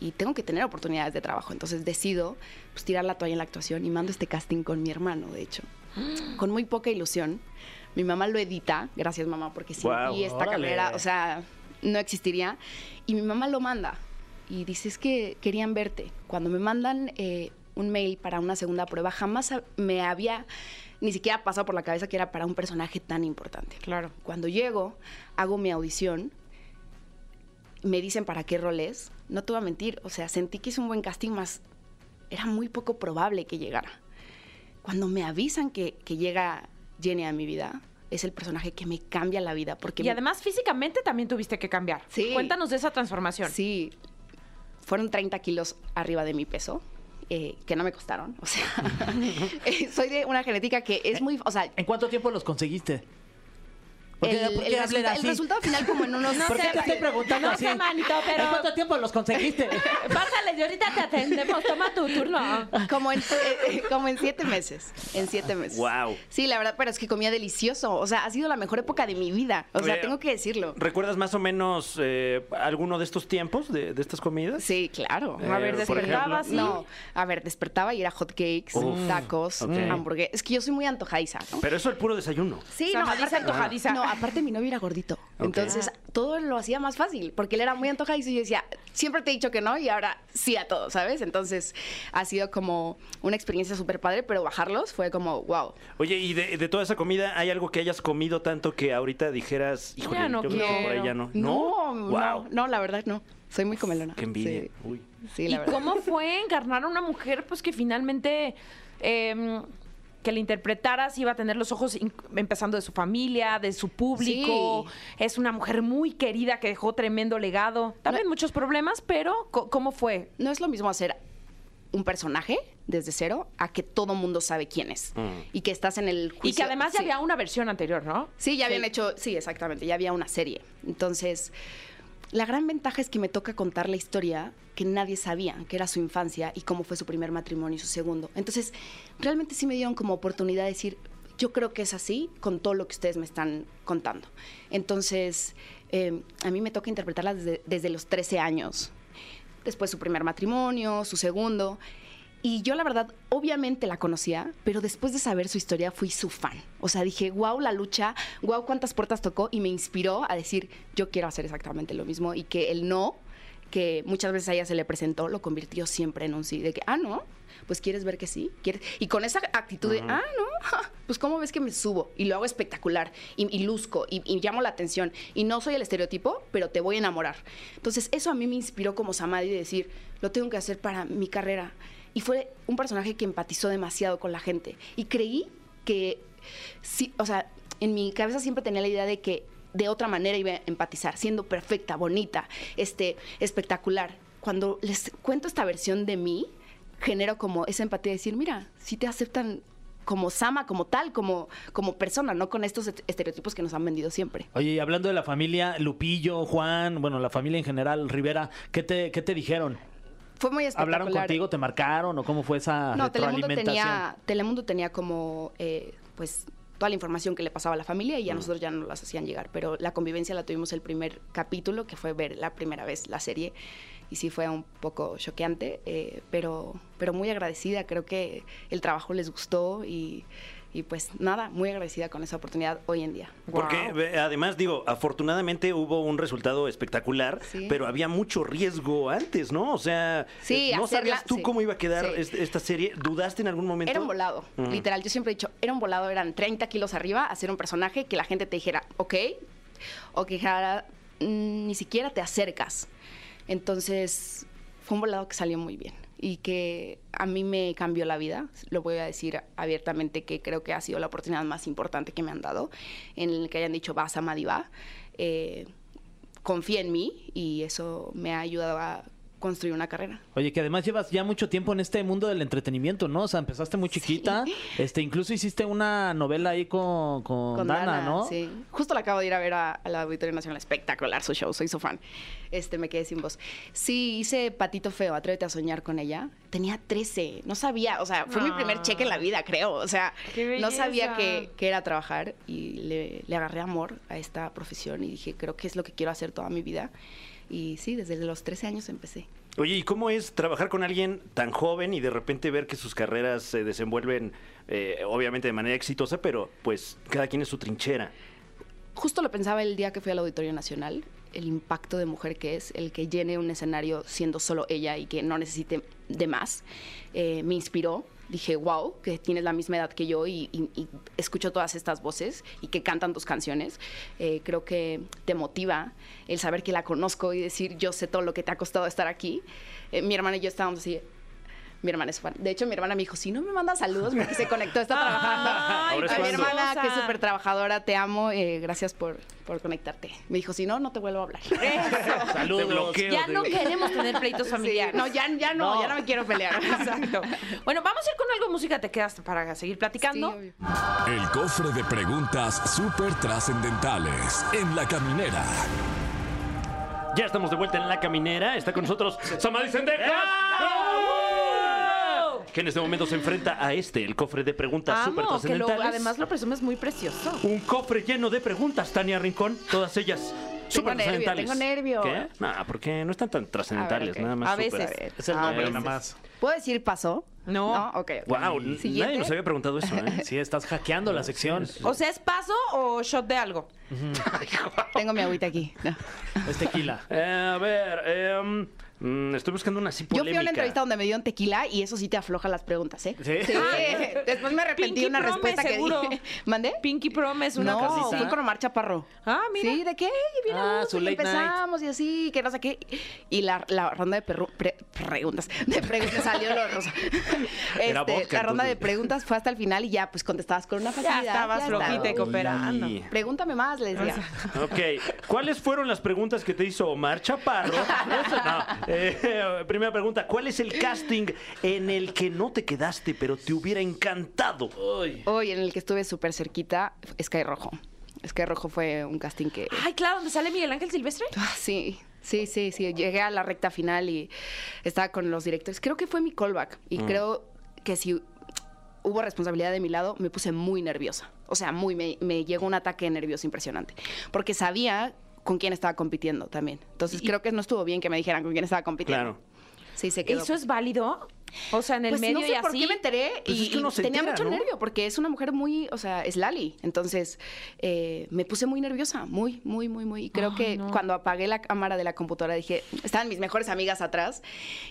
y tengo que tener oportunidades de trabajo. Entonces decido pues, tirar la toalla en la actuación y mando este casting con mi hermano, de hecho con muy poca ilusión. Mi mamá lo edita, gracias mamá, porque sin Guau, ti esta órale. carrera, o sea, no existiría. Y mi mamá lo manda y dice es que querían verte. Cuando me mandan eh, un mail para una segunda prueba, jamás hab- me había ni siquiera pasado por la cabeza que era para un personaje tan importante. Claro. Cuando llego, hago mi audición, me dicen para qué rol es. No te voy a mentir, o sea, sentí que hice un buen casting, más era muy poco probable que llegara. Cuando me avisan que, que llega Jenny a mi vida, es el personaje que me cambia la vida. Porque Y me- además físicamente también tuviste que cambiar. Sí. Cuéntanos de esa transformación. Sí, fueron 30 kilos arriba de mi peso. eh, que no me costaron, o sea, eh, soy de una genética que es muy, o sea, ¿En cuánto tiempo los conseguiste? ¿Por el, qué- por el qué hablan resulta- el así? resultado final como en unos... ¿Por qué te estoy preguntando No así? sé, manito, pero- ¿En cuánto tiempo los conseguiste? Pásale, yo ahorita te atendemos, toma tu turno. Como en, eh, como en siete meses. En siete meses. Guau. Sí, la verdad, pero es que comía delicioso. O sea, ha sido la mejor época de mi vida. O sea, Oye, tengo que decirlo. ¿Recuerdas más o menos eh, alguno de estos tiempos, de, de estas comidas? Sí, claro. Eh, A ver, por despertaba, ejemplo. ¿sí? No, a ver, despertaba y era hot cakes, Uf, tacos, ok. hamburguesas. Es que yo soy muy antojadiza, ¿no? Pero eso el puro desayuno. Sí, O sea, no, antojadiza, aparte, antojadiza. No, aparte mi novio era gordito. Entonces, todo lo hacía más fácil, porque él era muy antojadizo y yo decía, siempre te he dicho que no y ahora sí a todo, ¿sabes? Entonces, ha sido como una experiencia súper padre, pero bajarlos fue como, wow. Oye, ¿y de, de toda esa comida hay algo que hayas comido tanto que ahorita dijeras, híjole, Ya no yo creo que por ahí quiero. ya no? No, no, wow. no, la verdad no. Soy muy comelona. Qué envidia. Sí, Uy. sí, ¿Y la verdad. cómo fue encarnar a una mujer pues que finalmente eh, que le interpretaras iba a tener los ojos in- empezando de su familia, de su público. Es una mujer muy querida que dejó tremendo legado. También muchos problemas, pero co- ¿cómo fue? no es lo mismo hacer un personaje desde cero a que todo mundo sabe quién es y que estás en el juicio. y que además ya Sí. había una versión anterior, ¿no? Sí, ya habían hecho, sí, exactamente, ya había una serie. Entonces, la gran ventaja es que me toca contar la historia que nadie sabía, que era su infancia y cómo fue su primer matrimonio y su segundo. Entonces, realmente sí me dieron como oportunidad de decir, yo creo que es así con todo lo que ustedes me están contando. Entonces, eh, a mí me toca interpretarla desde, desde los 13 años después su primer matrimonio, su segundo. Y yo la verdad, obviamente la conocía, pero después de saber su historia fui su fan. O sea, dije, wow, la lucha, wow, cuántas puertas tocó y me inspiró a decir, yo quiero hacer exactamente lo mismo y que el no, que muchas veces a ella se le presentó, lo convirtió siempre en un sí, de que, ah, no, pues quieres ver que sí, quieres. Y con esa actitud de, ah, no, ja, pues cómo ves que me subo y lo hago espectacular y, y luzco y, y llamo la atención y no soy el estereotipo, pero te voy a enamorar. Entonces, eso a mí me inspiró como Samadhi de decir, lo tengo que hacer para mi carrera. Y fue un personaje que empatizó demasiado con la gente. Y creí que, sí, o sea, en mi cabeza siempre tenía la idea de que de otra manera iba a empatizar, siendo perfecta, bonita, este, espectacular. Cuando les cuento esta versión de mí, genero como esa empatía de decir, mira, si te aceptan como Sama, como tal, como, como persona, no con estos est- estereotipos que nos han vendido siempre. Oye, y hablando de la familia, Lupillo, Juan, bueno, la familia en general, Rivera, ¿qué te, qué te dijeron? Fue muy espectacular. ¿Hablaron contigo? ¿Te marcaron? ¿O cómo fue esa No, Telemundo retroalimentación? tenía, Telemundo tenía como, eh, pues, toda la información que le pasaba a la familia Mm. y a nosotros ya no las hacían llegar. Pero la convivencia la tuvimos el primer capítulo, que fue ver la primera vez la serie. Y sí fue un poco choqueante, eh, pero, pero muy agradecida. Creo que el trabajo les gustó y, y pues nada, muy agradecida con esa oportunidad hoy en día. Porque ve, además, digo, afortunadamente hubo un resultado espectacular, Sí. pero había mucho riesgo antes, ¿no? O sea, Sí, eh, no hacerla- sabías tú sí. cómo iba a quedar Sí. est- esta serie. ¿Dudaste en algún momento? Era un volado, literal. Yo siempre he dicho, era un volado, eran 30 kilos arriba, hacer un personaje que la gente te dijera, ok, o que dijera, "Mm, ni siquiera te acercas. Entonces, fue un volado que salió muy bien y que a mí me cambió la vida. Lo voy a decir abiertamente que creo que ha sido la oportunidad más importante que me han dado, en el que hayan dicho, vas a Madiba. Eh, confía en mí y eso me ha ayudado a construir una carrera. Oye, que además llevas ya mucho tiempo en este mundo del entretenimiento, ¿no? O sea, empezaste muy chiquita. Este, incluso hiciste una novela ahí con, con, con Dana, Dana, ¿no? Sí. Justo la acabo de ir a ver a- al Auditorio Nacional. Espectacular su show, soy su fan. Este, me quedé sin voz. Sí, hice Patito Feo, Atrévete a soñar con ella. Tenía 13, no sabía, o sea, fue mi primer Ah. cheque en la vida, creo. O sea, ¡Qué no sabía belleza! que, que era trabajar y le, le agarré amor a esta profesión y dije, creo que es lo que quiero hacer toda mi vida. Y sí, desde los 13 años empecé. Oye, ¿y cómo es trabajar con alguien tan joven y de repente ver que sus carreras se desenvuelven, eh, obviamente de manera exitosa, pero pues cada quien es su trinchera? Justo lo pensaba el día que fui al Auditorio Nacional, el impacto de mujer que es, el que llene un escenario siendo solo ella y que no necesite de más, eh, me inspiró. Dije, wow, que tienes la misma edad que yo y, y- y escucho todas estas voces y que cantan tus canciones. Eh, creo que te motiva el saber que la conozco y decir, yo sé todo lo que te ha costado estar aquí. Eh, mi hermana y yo estábamos así. Mi hermana es fan. De hecho, mi hermana me dijo, si no me manda saludos porque se conectó, está trabajando. Ay, Ahora es A mi cuando. hermana, que es hermosa. súper trabajadora, te amo, eh, gracias por, por conectarte. Me dijo, si no, no te vuelvo a hablar. Saludos. Ya no queremos tener pleitos Sí, ya, familiares. no, ya, ya no, No. ya no me quiero pelear. Exacto. Bueno, vamos a ir con algo de música. Te quedas para seguir platicando. Sí, obvio. El cofre de preguntas súper trascendentales en la caminera. Ya estamos de vuelta en la caminera. Está con nosotros Samadhi Sendejas. ¡Bravo! Que en este momento se enfrenta a este, el cofre de preguntas súper Amo, que lo- trascendentales. además lo presumes muy precioso. Un cofre lleno de preguntas, Tania Rincón. Todas ellas súper nervio, trascendentales. tengo nervio. ¿Qué? No, porque no están tan trascendentales, A ver, ok. nada más. A veces. súper. Es el Ah, nombre bueno, nada más. ¿Puedo decir pasó? No. No, ok. ok. Wow, Siguiente. nadie nos había preguntado eso, ¿eh? Sí, estás hackeando la sección. O sea, ¿es paso o shot de algo? Tengo mi agüita aquí. No. Es tequila. Eh, a ver, em, mm, estoy buscando una así Yo fui a una polémica. entrevista donde me dieron tequila y eso sí te afloja las preguntas, ¿eh? ¿Sí? Después me arrepentí Pinky de una Promise, respuesta que seguro. dije. ¿Mandé? Pinky Promise, una no, casita. fui con Omar Chaparro. Ah, mira. Sí, ¿de qué? Y bien Ah, a su gusto, y late night. empezamos y así, que no sé qué. Y la, la ronda de perru- pre- preguntas, de preguntas salió lo rosa. Era Este, vodka, la ronda de entonces. preguntas fue hasta el final y ya pues contestabas con una facilidad. estabas estaba. flojita y ah, cooperando. Y- Pregúntame más, les decía. Ok, ¿cuáles fueron las preguntas que te hizo Omar Chaparro? No, eh, primera pregunta, ¿cuál es el casting en el que no te quedaste pero te hubiera encantado? Hoy en el que estuve súper cerquita, Sky Rojo. Sky Rojo fue un casting que... Ay, claro, ¿dónde sale Miguel Ángel Silvestre? Ah, Sí, sí, sí, sí. Llegué a la recta final y estaba con los directores. Creo que fue mi callback y creo que si hubo responsabilidad de mi lado, me puse muy nerviosa. O sea, muy me, me llegó un ataque de nervios impresionante. Porque sabía con quién estaba compitiendo también. Entonces creo que no estuvo bien que me dijeran con quién estaba compitiendo. Claro. Sí, se quedó. ¿Eso es válido? O sea, en el Pues medio no sé y así. por qué me enteré Pues y, es que uno y se tenía entera, mucho ¿no? nervio porque es una mujer muy, o sea, es Lali. Entonces eh, me puse muy nerviosa, muy, muy, muy, muy. Y creo Ay, que no. cuando apagué la cámara de la computadora dije, estaban mis mejores amigas atrás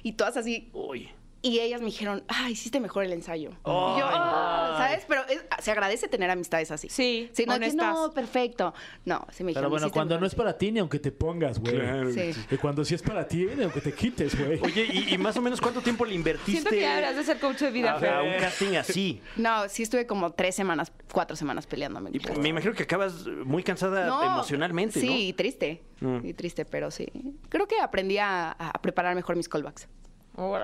y todas así. Uy. Y ellas me dijeron, ah, hiciste mejor el ensayo. Y yo, "Ah", ¿sabes? Pero es- se agradece tener amistades así. Sí, no, es que, honestas. no, perfecto. No, sí me dijeron. Pero bueno, "Hiciste cuando mejor no el ¿eh? es para ti, ni aunque te pongas, güey. Claro. Sí. Y cuando sí es para ti, ni aunque te quites, güey. Oye, ¿y, y más o menos cuánto tiempo le Siento invertiste que deberías de ser coach de vida, a, Fer. a un casting así? No, sí estuve como tres semanas, cuatro semanas peleándome. Y pues, me imagino que acabas muy cansada emocionalmente, sí, ¿no? y triste. Mm. Y triste, pero sí. Creo que aprendí a, a preparar mejor mis callbacks.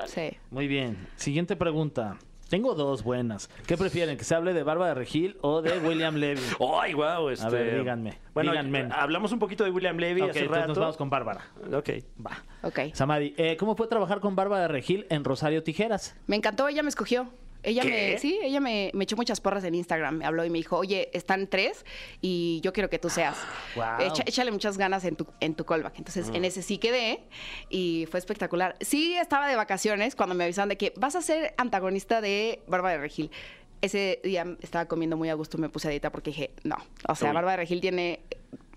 Sí. Muy bien. Siguiente pregunta. Tengo dos buenas. ¿Qué prefieren? ¿Que se hable de Bárbara Regil o de William Levy? Ay, wow, este... ver, díganme, Bueno, díganme. hablamos un poquito de William Levy Ok, hace entonces rato. nos vamos con Bárbara. Ok. Va. Ok. Samadi, eh, ¿cómo fue trabajar con Bárbara Regil en Rosario Tijeras? Me encantó, ella me escogió. Ella ¿Qué? me, sí, ella me, me echó muchas porras en Instagram. Me habló y me dijo, oye, están tres y yo quiero que tú seas. Guau. Echa- échale muchas ganas en tu, en tu callback. Entonces, Mm. en ese sí quedé y fue espectacular. Sí, estaba de vacaciones cuando me avisaron de que vas a ser antagonista de Bárbara de Regil. Ese día estaba comiendo muy a gusto, me puse a dieta porque dije, no. O sea, Uy. Bárbara de Regil tiene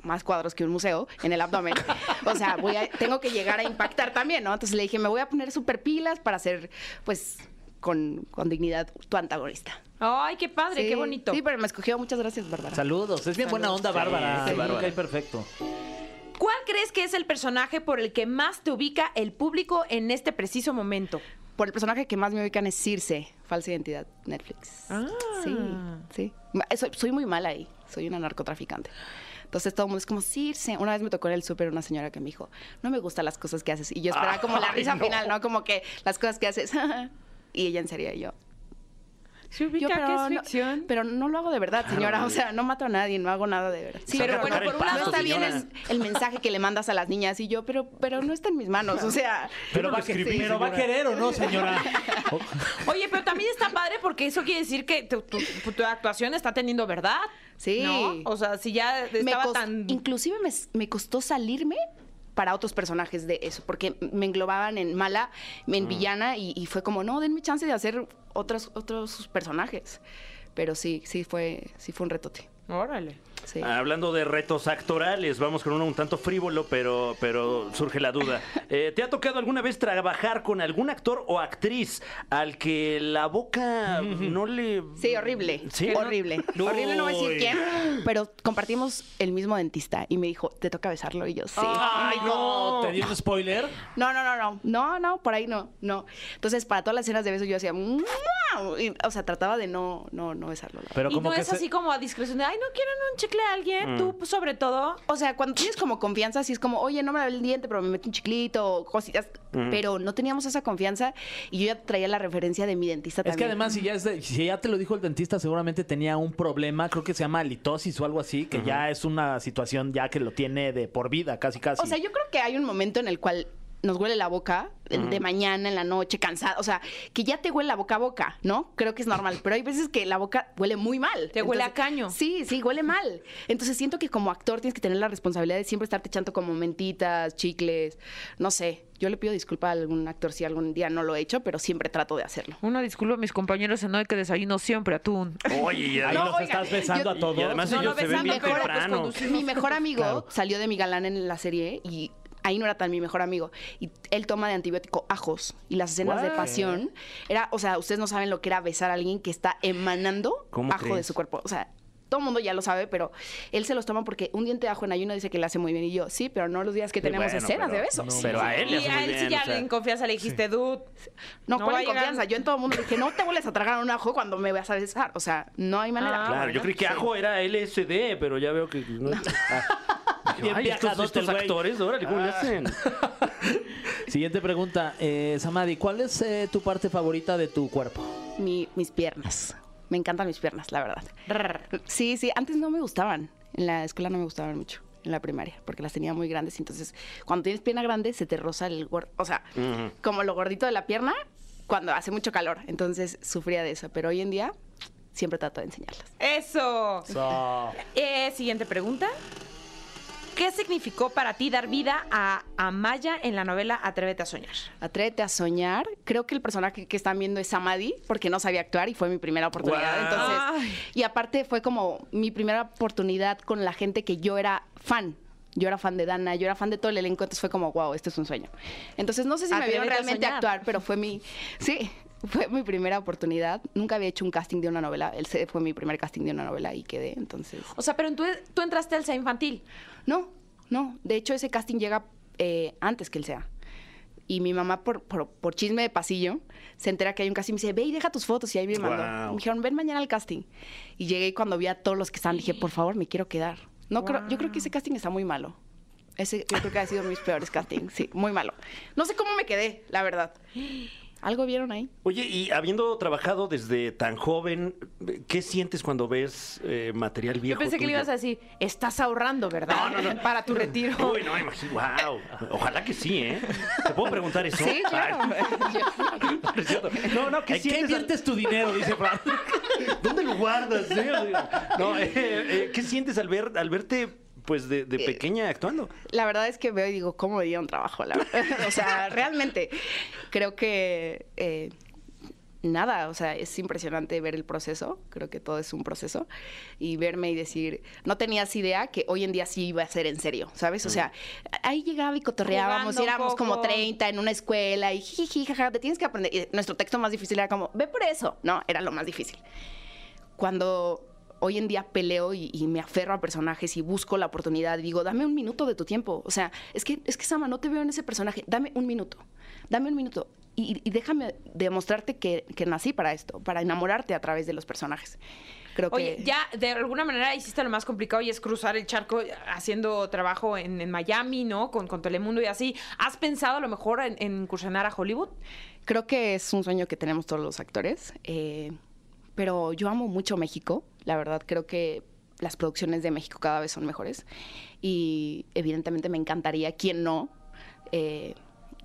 más cuadros que un museo en el abdomen. O sea, voy a- tengo que llegar a impactar también, ¿no? Entonces le dije, me voy a poner super pilas para ser, pues, con, con dignidad tu antagonista. Ay, qué padre, Sí, qué bonito. Sí, pero me escogió. Muchas gracias, Bárbara. Saludos. Es bien buena onda, Bárbara. sí, Te Bárbara. cae perfecto. ¿Cuál crees que es el personaje por el que más te ubica el público en este preciso momento? Por el personaje que más me ubican es Circe, falsa identidad, Netflix. Sí, sí. Ma- Soy, soy muy mala ahí, soy una narcotraficante. Entonces todo el mundo es como Circe. Una vez me tocó en el súper una señora que me dijo, no me gustan las cosas que haces. Y yo esperaba como la risa final, ¿no? Como que las cosas que haces. y ella en serio, y yo. Se yo, no, pero no lo hago de verdad, señora. O sea, no mato a nadie, no hago nada de verdad. Sí, Saca pero a bueno, tocar el por un lado pasto, está bien señora. el, el mensaje que le mandas a las niñas y yo, pero, pero no está en mis manos. O sea, Pero, va, a- escribí, pero va a señora. querer o no, señora. Oye, pero también está padre porque eso quiere decir que tu, tu- tu actuación está teniendo verdad. Sí. ¿no? O sea, si ya me estaba cos- tan. Inclusive me, s- me costó salirme para otros personajes de eso, porque me englobaban en mala, en villana, y, y fue como, no, denme chance de hacer otros, otros personajes. Pero sí, sí fue, sí fue un retote. Órale. Sí. Ah, Hablando de retos actorales, vamos con uno un tanto frívolo, pero, pero surge la duda. Eh, ¿Te ha tocado alguna vez trabajar con algún actor o actriz al que la boca no le... Sí, horrible. Sí. Horrible. Horrible, no voy a decir quién. Pero compartimos el mismo dentista y me dijo, ¿te toca besarlo? Y yo, sí. ¡Ay, no! ¿Te di un spoiler? No, no, no, no. No, no, por ahí no. No. Entonces, para todas las escenas de beso, yo hacía. "Mua", y, o sea, trataba de no, no, no besarlo. la verdad. Pero y como no que es se- Mm. así como a discreción de, ay, no quieren un chicle a alguien, tú pues, sobre todo. O sea, cuando tienes como confianza, sí es como, oye, no me lavé el diente, pero me metí un chiclito o cositas. Pero no teníamos esa confianza y yo ya traía la referencia de mi dentista Es que también. además, si ya, es de- si ya te lo dijo el dentista, seguramente tenía un problema, creo que se llama halitosis o algo así, que ya es una situación ya que lo tiene de por vida, casi casi. O sea, yo creo que hay un momento en el cual nos huele la boca de de mañana, en la noche, cansada. O sea, que ya te huele la boca a boca, ¿no? Creo que es normal. Pero hay veces que la boca huele muy mal. Te huele a caño. Sí, sí, huele mal. Entonces siento que como actor tienes que tener la responsabilidad de siempre estarte echando como mentitas, chicles, no sé. Yo le pido disculpa a algún actor si algún día no lo he hecho, pero siempre trato de hacerlo. Una disculpa a mis compañeros en hoy que desayuno siempre atún. Oye, y Ahí además- los estás besando yo- a todos. y además No, ellos lo se ven besan bien mejor a tus temprano. conducidos. Mi mejor amigo Claro. salió de mi galán en la serie y ahí no era tan mi mejor amigo. Y él toma de antibiótico ajos y las escenas de Guau. pasión. Era, o sea, ustedes no saben lo que era besar a alguien que está emanando ¿Cómo ajo de crees? su cuerpo. O sea, todo el mundo ya lo sabe, pero él se los toma porque un diente de ajo en ayuno dice que le hace muy bien. Y yo, sí, pero no los días que Sí, tenemos bueno, escenas pero- de besos. Pero a él Y le hace a muy él sí bien. ya o sea, en confianza le dijiste, dude. No, No ¿cuál va a en llegar- confianza? Yo en todo el mundo le dije, no te vuelves a tragar un ajo cuando me vas a besar. O sea, no hay manera. Ah, Claro, yo creí que Ajo era LSD, pero ya veo que... No, Ah. Dije, Bien "Ay, estos, viajadote el estos güey". Ah. actores, órale, ¿cómo le hacen? Siguiente pregunta, eh, Samadi, ¿cuál es eh, tu parte favorita de tu cuerpo? Ah. Mi- mis piernas. Me encantan mis piernas, la verdad. Sí, sí, antes no me gustaban. En la escuela no me gustaban mucho, en la primaria, porque las tenía muy grandes. Entonces, cuando tienes pierna grande, se te roza el gordo. O sea, como lo gordito de la pierna cuando hace mucho calor. Entonces, sufría de eso. Pero hoy en día, siempre trato de enseñarlas. Eso. Eh, siguiente pregunta. ¿Qué significó para ti dar vida a Amaya en la novela Atrévete a soñar? Atrévete a soñar. Creo que el personaje que están viendo es Samadhi, porque no sabía actuar y fue mi primera oportunidad. Entonces, Ay. y aparte fue como mi primera oportunidad con la gente que yo era fan. Yo era fan de Dana, yo era fan de todo el elenco, entonces fue como, wow, este es un sueño. Entonces no sé si me Atrévete vieron a realmente soñar. actuar, pero fue mi, sí, fue mi primera oportunidad. Nunca había hecho un casting de una novela, el C fue mi primer casting de una novela y quedé, entonces. O sea, pero tú, tú entraste al SEA infantil. No, no. De hecho, ese casting llega eh, antes que él sea. Y mi mamá, por, por, por chisme de pasillo, se entera que hay un casting y me dice, ve y deja tus fotos. Y ahí me mandó. Guau. Me dijeron, ven mañana al casting. Y llegué y cuando vi a todos los que estaban, dije, por favor, me quiero quedar. No creo, yo creo que ese casting está muy malo. Ese yo creo que ha sido mis peores castings. Sí, muy malo. No sé cómo me quedé, la verdad. ¿Algo vieron ahí? Oye, y habiendo trabajado desde tan joven, ¿qué sientes cuando ves eh, material Yo viejo? pensé que le tuyo? ibas a decir, estás ahorrando, ¿verdad? Para tu retiro. Uy, no, imagino. Wow. Ojalá que sí, ¿eh? ¿Te puedo preguntar eso? Sí, claro. Ay, no, es cierto. no, no, ¿qué ¿En qué sientes? inviertes tu dinero? Dice Fran. ¿Dónde lo guardas? eh? No, eh, eh, ¿qué sientes al ver al verte pues de, Eh, de pequeña actuando? La verdad es que veo y digo, ¿cómo me dieron trabajo? La verdad? O sea, realmente creo que eh, nada, o sea, es impresionante ver el proceso, creo que todo es un proceso, y verme y decir, no tenías idea que hoy en día sí iba a ser en serio, ¿sabes? O sea, ahí llegaba y cotorreábamos, Mm. Jugando y un éramos como poco. 30 en una escuela, y jiji, jaja, te tienes que aprender. Y nuestro texto más difícil era como, ve por eso, no, era lo más difícil cuando hoy en día peleo y, y me aferro a personajes y busco la oportunidad, digo, dame un minuto de tu tiempo. O sea, es que, es que Sama, no te veo en ese personaje. Dame un minuto. Dame un minuto. Y, y déjame demostrarte que, que nací para esto, para enamorarte a través de los personajes. Creo Oye, que. ya de alguna manera hiciste lo más complicado y es cruzar el charco eh, haciendo trabajo en, en Miami, ¿no? Con, con Telemundo y así. ¿Has pensado a lo mejor en, en incursionar a Hollywood? Creo que es un sueño que tenemos todos los actores, eh, pero yo amo mucho México, la verdad creo que las producciones de México cada vez son mejores y evidentemente me encantaría quien no, eh,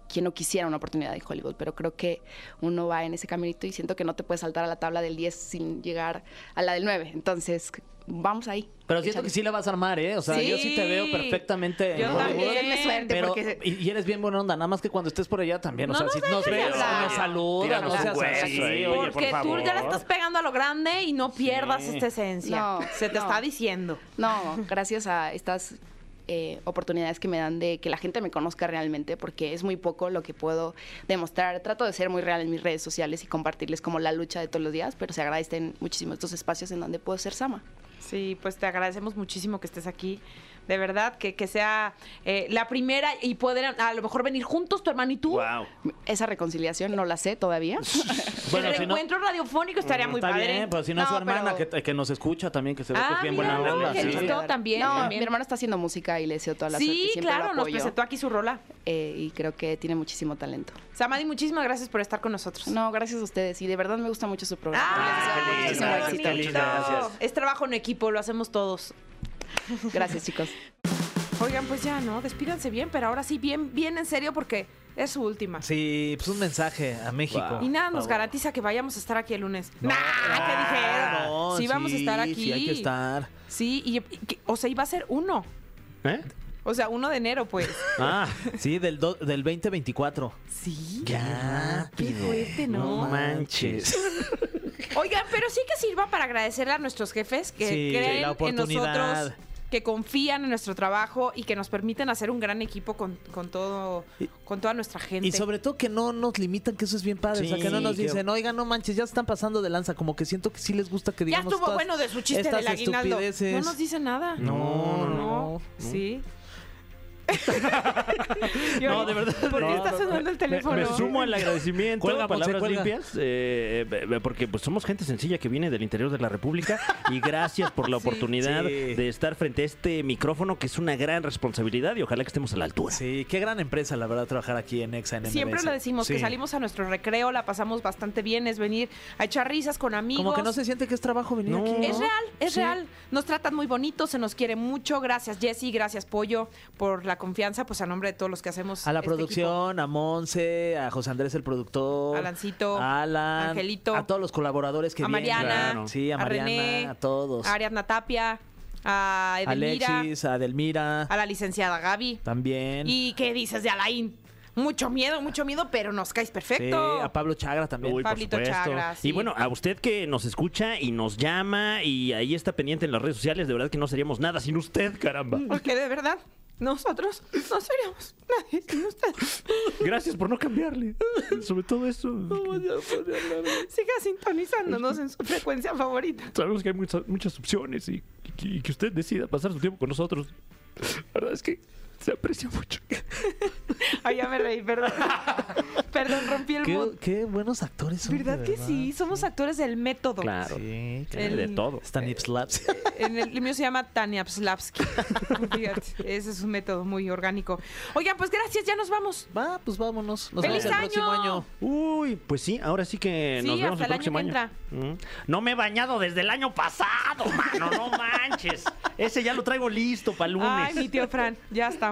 quien no quisiera una oportunidad en Hollywood, pero creo que uno va en ese caminito y siento que no te puedes saltar a la tabla del 10 sin llegar a la del 9, entonces vamos ahí. Pero siento Échale. que sí la vas a armar, ¿eh? O sea, yo sí te veo perfectamente. en Yo Hollywood. también. Denme suerte Pero, porque... y, y eres bien buena onda, nada más que cuando estés por allá también. O No sea, nos si nos dejes ves, hablar. nos saludas, Tíranos no un seas hueso así, ahí, oye, por Porque tú ya le favor. estás pegando a lo grande y no pierdas esta esencia. No, Se te no. está diciendo. No, gracias a estas eh, oportunidades que me dan de que la gente me conozca realmente, porque es muy poco lo que puedo demostrar. Trato de ser muy real en mis redes sociales y compartirles como la lucha de todos los días, pero se agradecen muchísimo estos espacios en donde puedo ser Sama. Sí, pues te agradecemos muchísimo que estés aquí. De verdad, que, que sea eh, la primera y poder a lo mejor venir juntos, tu hermano y tú. Wow. Esa reconciliación no la sé todavía. Bueno, el si no, reencuentro radiofónico estaría muy está padre. bien, pero si no, es su No, hermana pero- que, que nos escucha también, que se ve que Ah, es bien mira, buena no, onda. qué sí. listo. también, No, también. mi hermano está haciendo música y le deseo toda la suerte. sí, y siempre lo claro, nos apoyo. presentó aquí su rola. Eh, y creo que tiene muchísimo talento. Samadi, muchísimas gracias por estar con nosotros. No, gracias a ustedes. Y de verdad me gusta mucho su programa. ¡Ay, Les deseo feliz, qué muchísimo gracias, éxito. feliz. bonito! gracias. Es trabajo en equipo, lo hacemos todos. Gracias, chicos. Oigan, pues ya, ¿no? Despídanse bien, pero ahora sí, bien, bien en serio, porque es su última. Sí, pues un mensaje a México. Y nada nos garantiza que vayamos a estar aquí el lunes. ¡Nah! ¿Qué dijeron? No, sí, vamos a estar sí, aquí. Sí, hay que estar. Sí, y, y que- o sea, iba a ser uno. ¿Eh? O sea, uno de enero, pues. Ah, Sí, del, do- del 2024. Sí. Ya. Qué fuerte, ¿no? manches. Oigan, pero sí que sirva para agradecerle a nuestros jefes que Sí, creen la en oportunidad. nosotros. que confían en nuestro trabajo y que nos permiten hacer un gran equipo con, con todo, con toda nuestra gente. Y sobre todo que no nos limitan, que eso es bien padre. o sea, que no nos Sí, dicen, oiga, no manches, ya se están pasando de lanza. Como que siento que sí les gusta que ya digamos. estuvo estas- bueno de su chiste estas del aguinaldo. No estupideces. nos dice nada. No, no, no. Sí. Yo- No, de verdad, ¿Por qué no, está no, sonando el teléfono? Me sumo al agradecimiento, Cuelga, Monse, palabras cuelga. limpias, eh, eh, porque pues somos gente sencilla que viene del interior de la República y gracias por la oportunidad Sí. de estar frente a este micrófono que es una gran responsabilidad y ojalá que estemos a la altura. Sí, qué gran empresa, la verdad, trabajar aquí en Exa, en Siempre MBS. lo decimos, que Sí. salimos a nuestro recreo, la pasamos bastante bien, es venir a echar risas con amigos. Como que no se siente que es trabajo venir No. aquí. Es ¿no? real, es Sí. real. Nos tratan muy bonito, se nos quiere mucho. Gracias, Jessy, gracias, Pollo, por la confianza, pues a nombre de todos los que hacemos. A la este equipo. producción, a Monse, a José Andrés el productor, Alancito, a Alan, Angelito, a todos los colaboradores que A vienen. Mariana, Claro. sí, a, a Mariana, René, a todos, A Ariadna Tapia, a a Edelmira, Alexis, a Delmira, a la licenciada Gaby. también, ¿Y qué dices de Alain? Mucho miedo, mucho miedo, pero nos caes Sí, perfecto. a Pablo Chagra también. Uy, por Pablito supuesto. Chagra, sí. Y bueno, a usted que nos escucha y nos llama y ahí está pendiente en las redes sociales, de verdad que no seríamos nada sin usted, caramba. Porque de verdad, nosotros no seríamos nadie sin ustedes. Gracias por no cambiarle. Sobre todo eso. Siga sintonizándonos en su frecuencia favorita. Sabemos que hay muchas, muchas opciones y, y- y que usted decida pasar su tiempo con nosotros. La verdad es que se aprecia mucho. Ay, ya me reí, perdón. perdón, rompí el mood. Qué, qué buenos actores son. de ¿Verdad que sí? Este Somos actores del método. Claro. Sí, claro. El- De todo. Están Ips Labs. En el, el mío se llama Tania Pslavsky. Fíjate, ese es un método muy orgánico. Oigan, pues gracias, ya nos vamos. Va, pues vámonos. Nos ¡Feliz vemos el próximo año! año. Uy, pues sí, ahora sí que Sí, nos vemos hasta el el año próximo que año. Mm. No me he bañado desde el año pasado, mano, no manches. Ese ya lo traigo listo para lunes. Ay, mi tío Fran, ya estamos.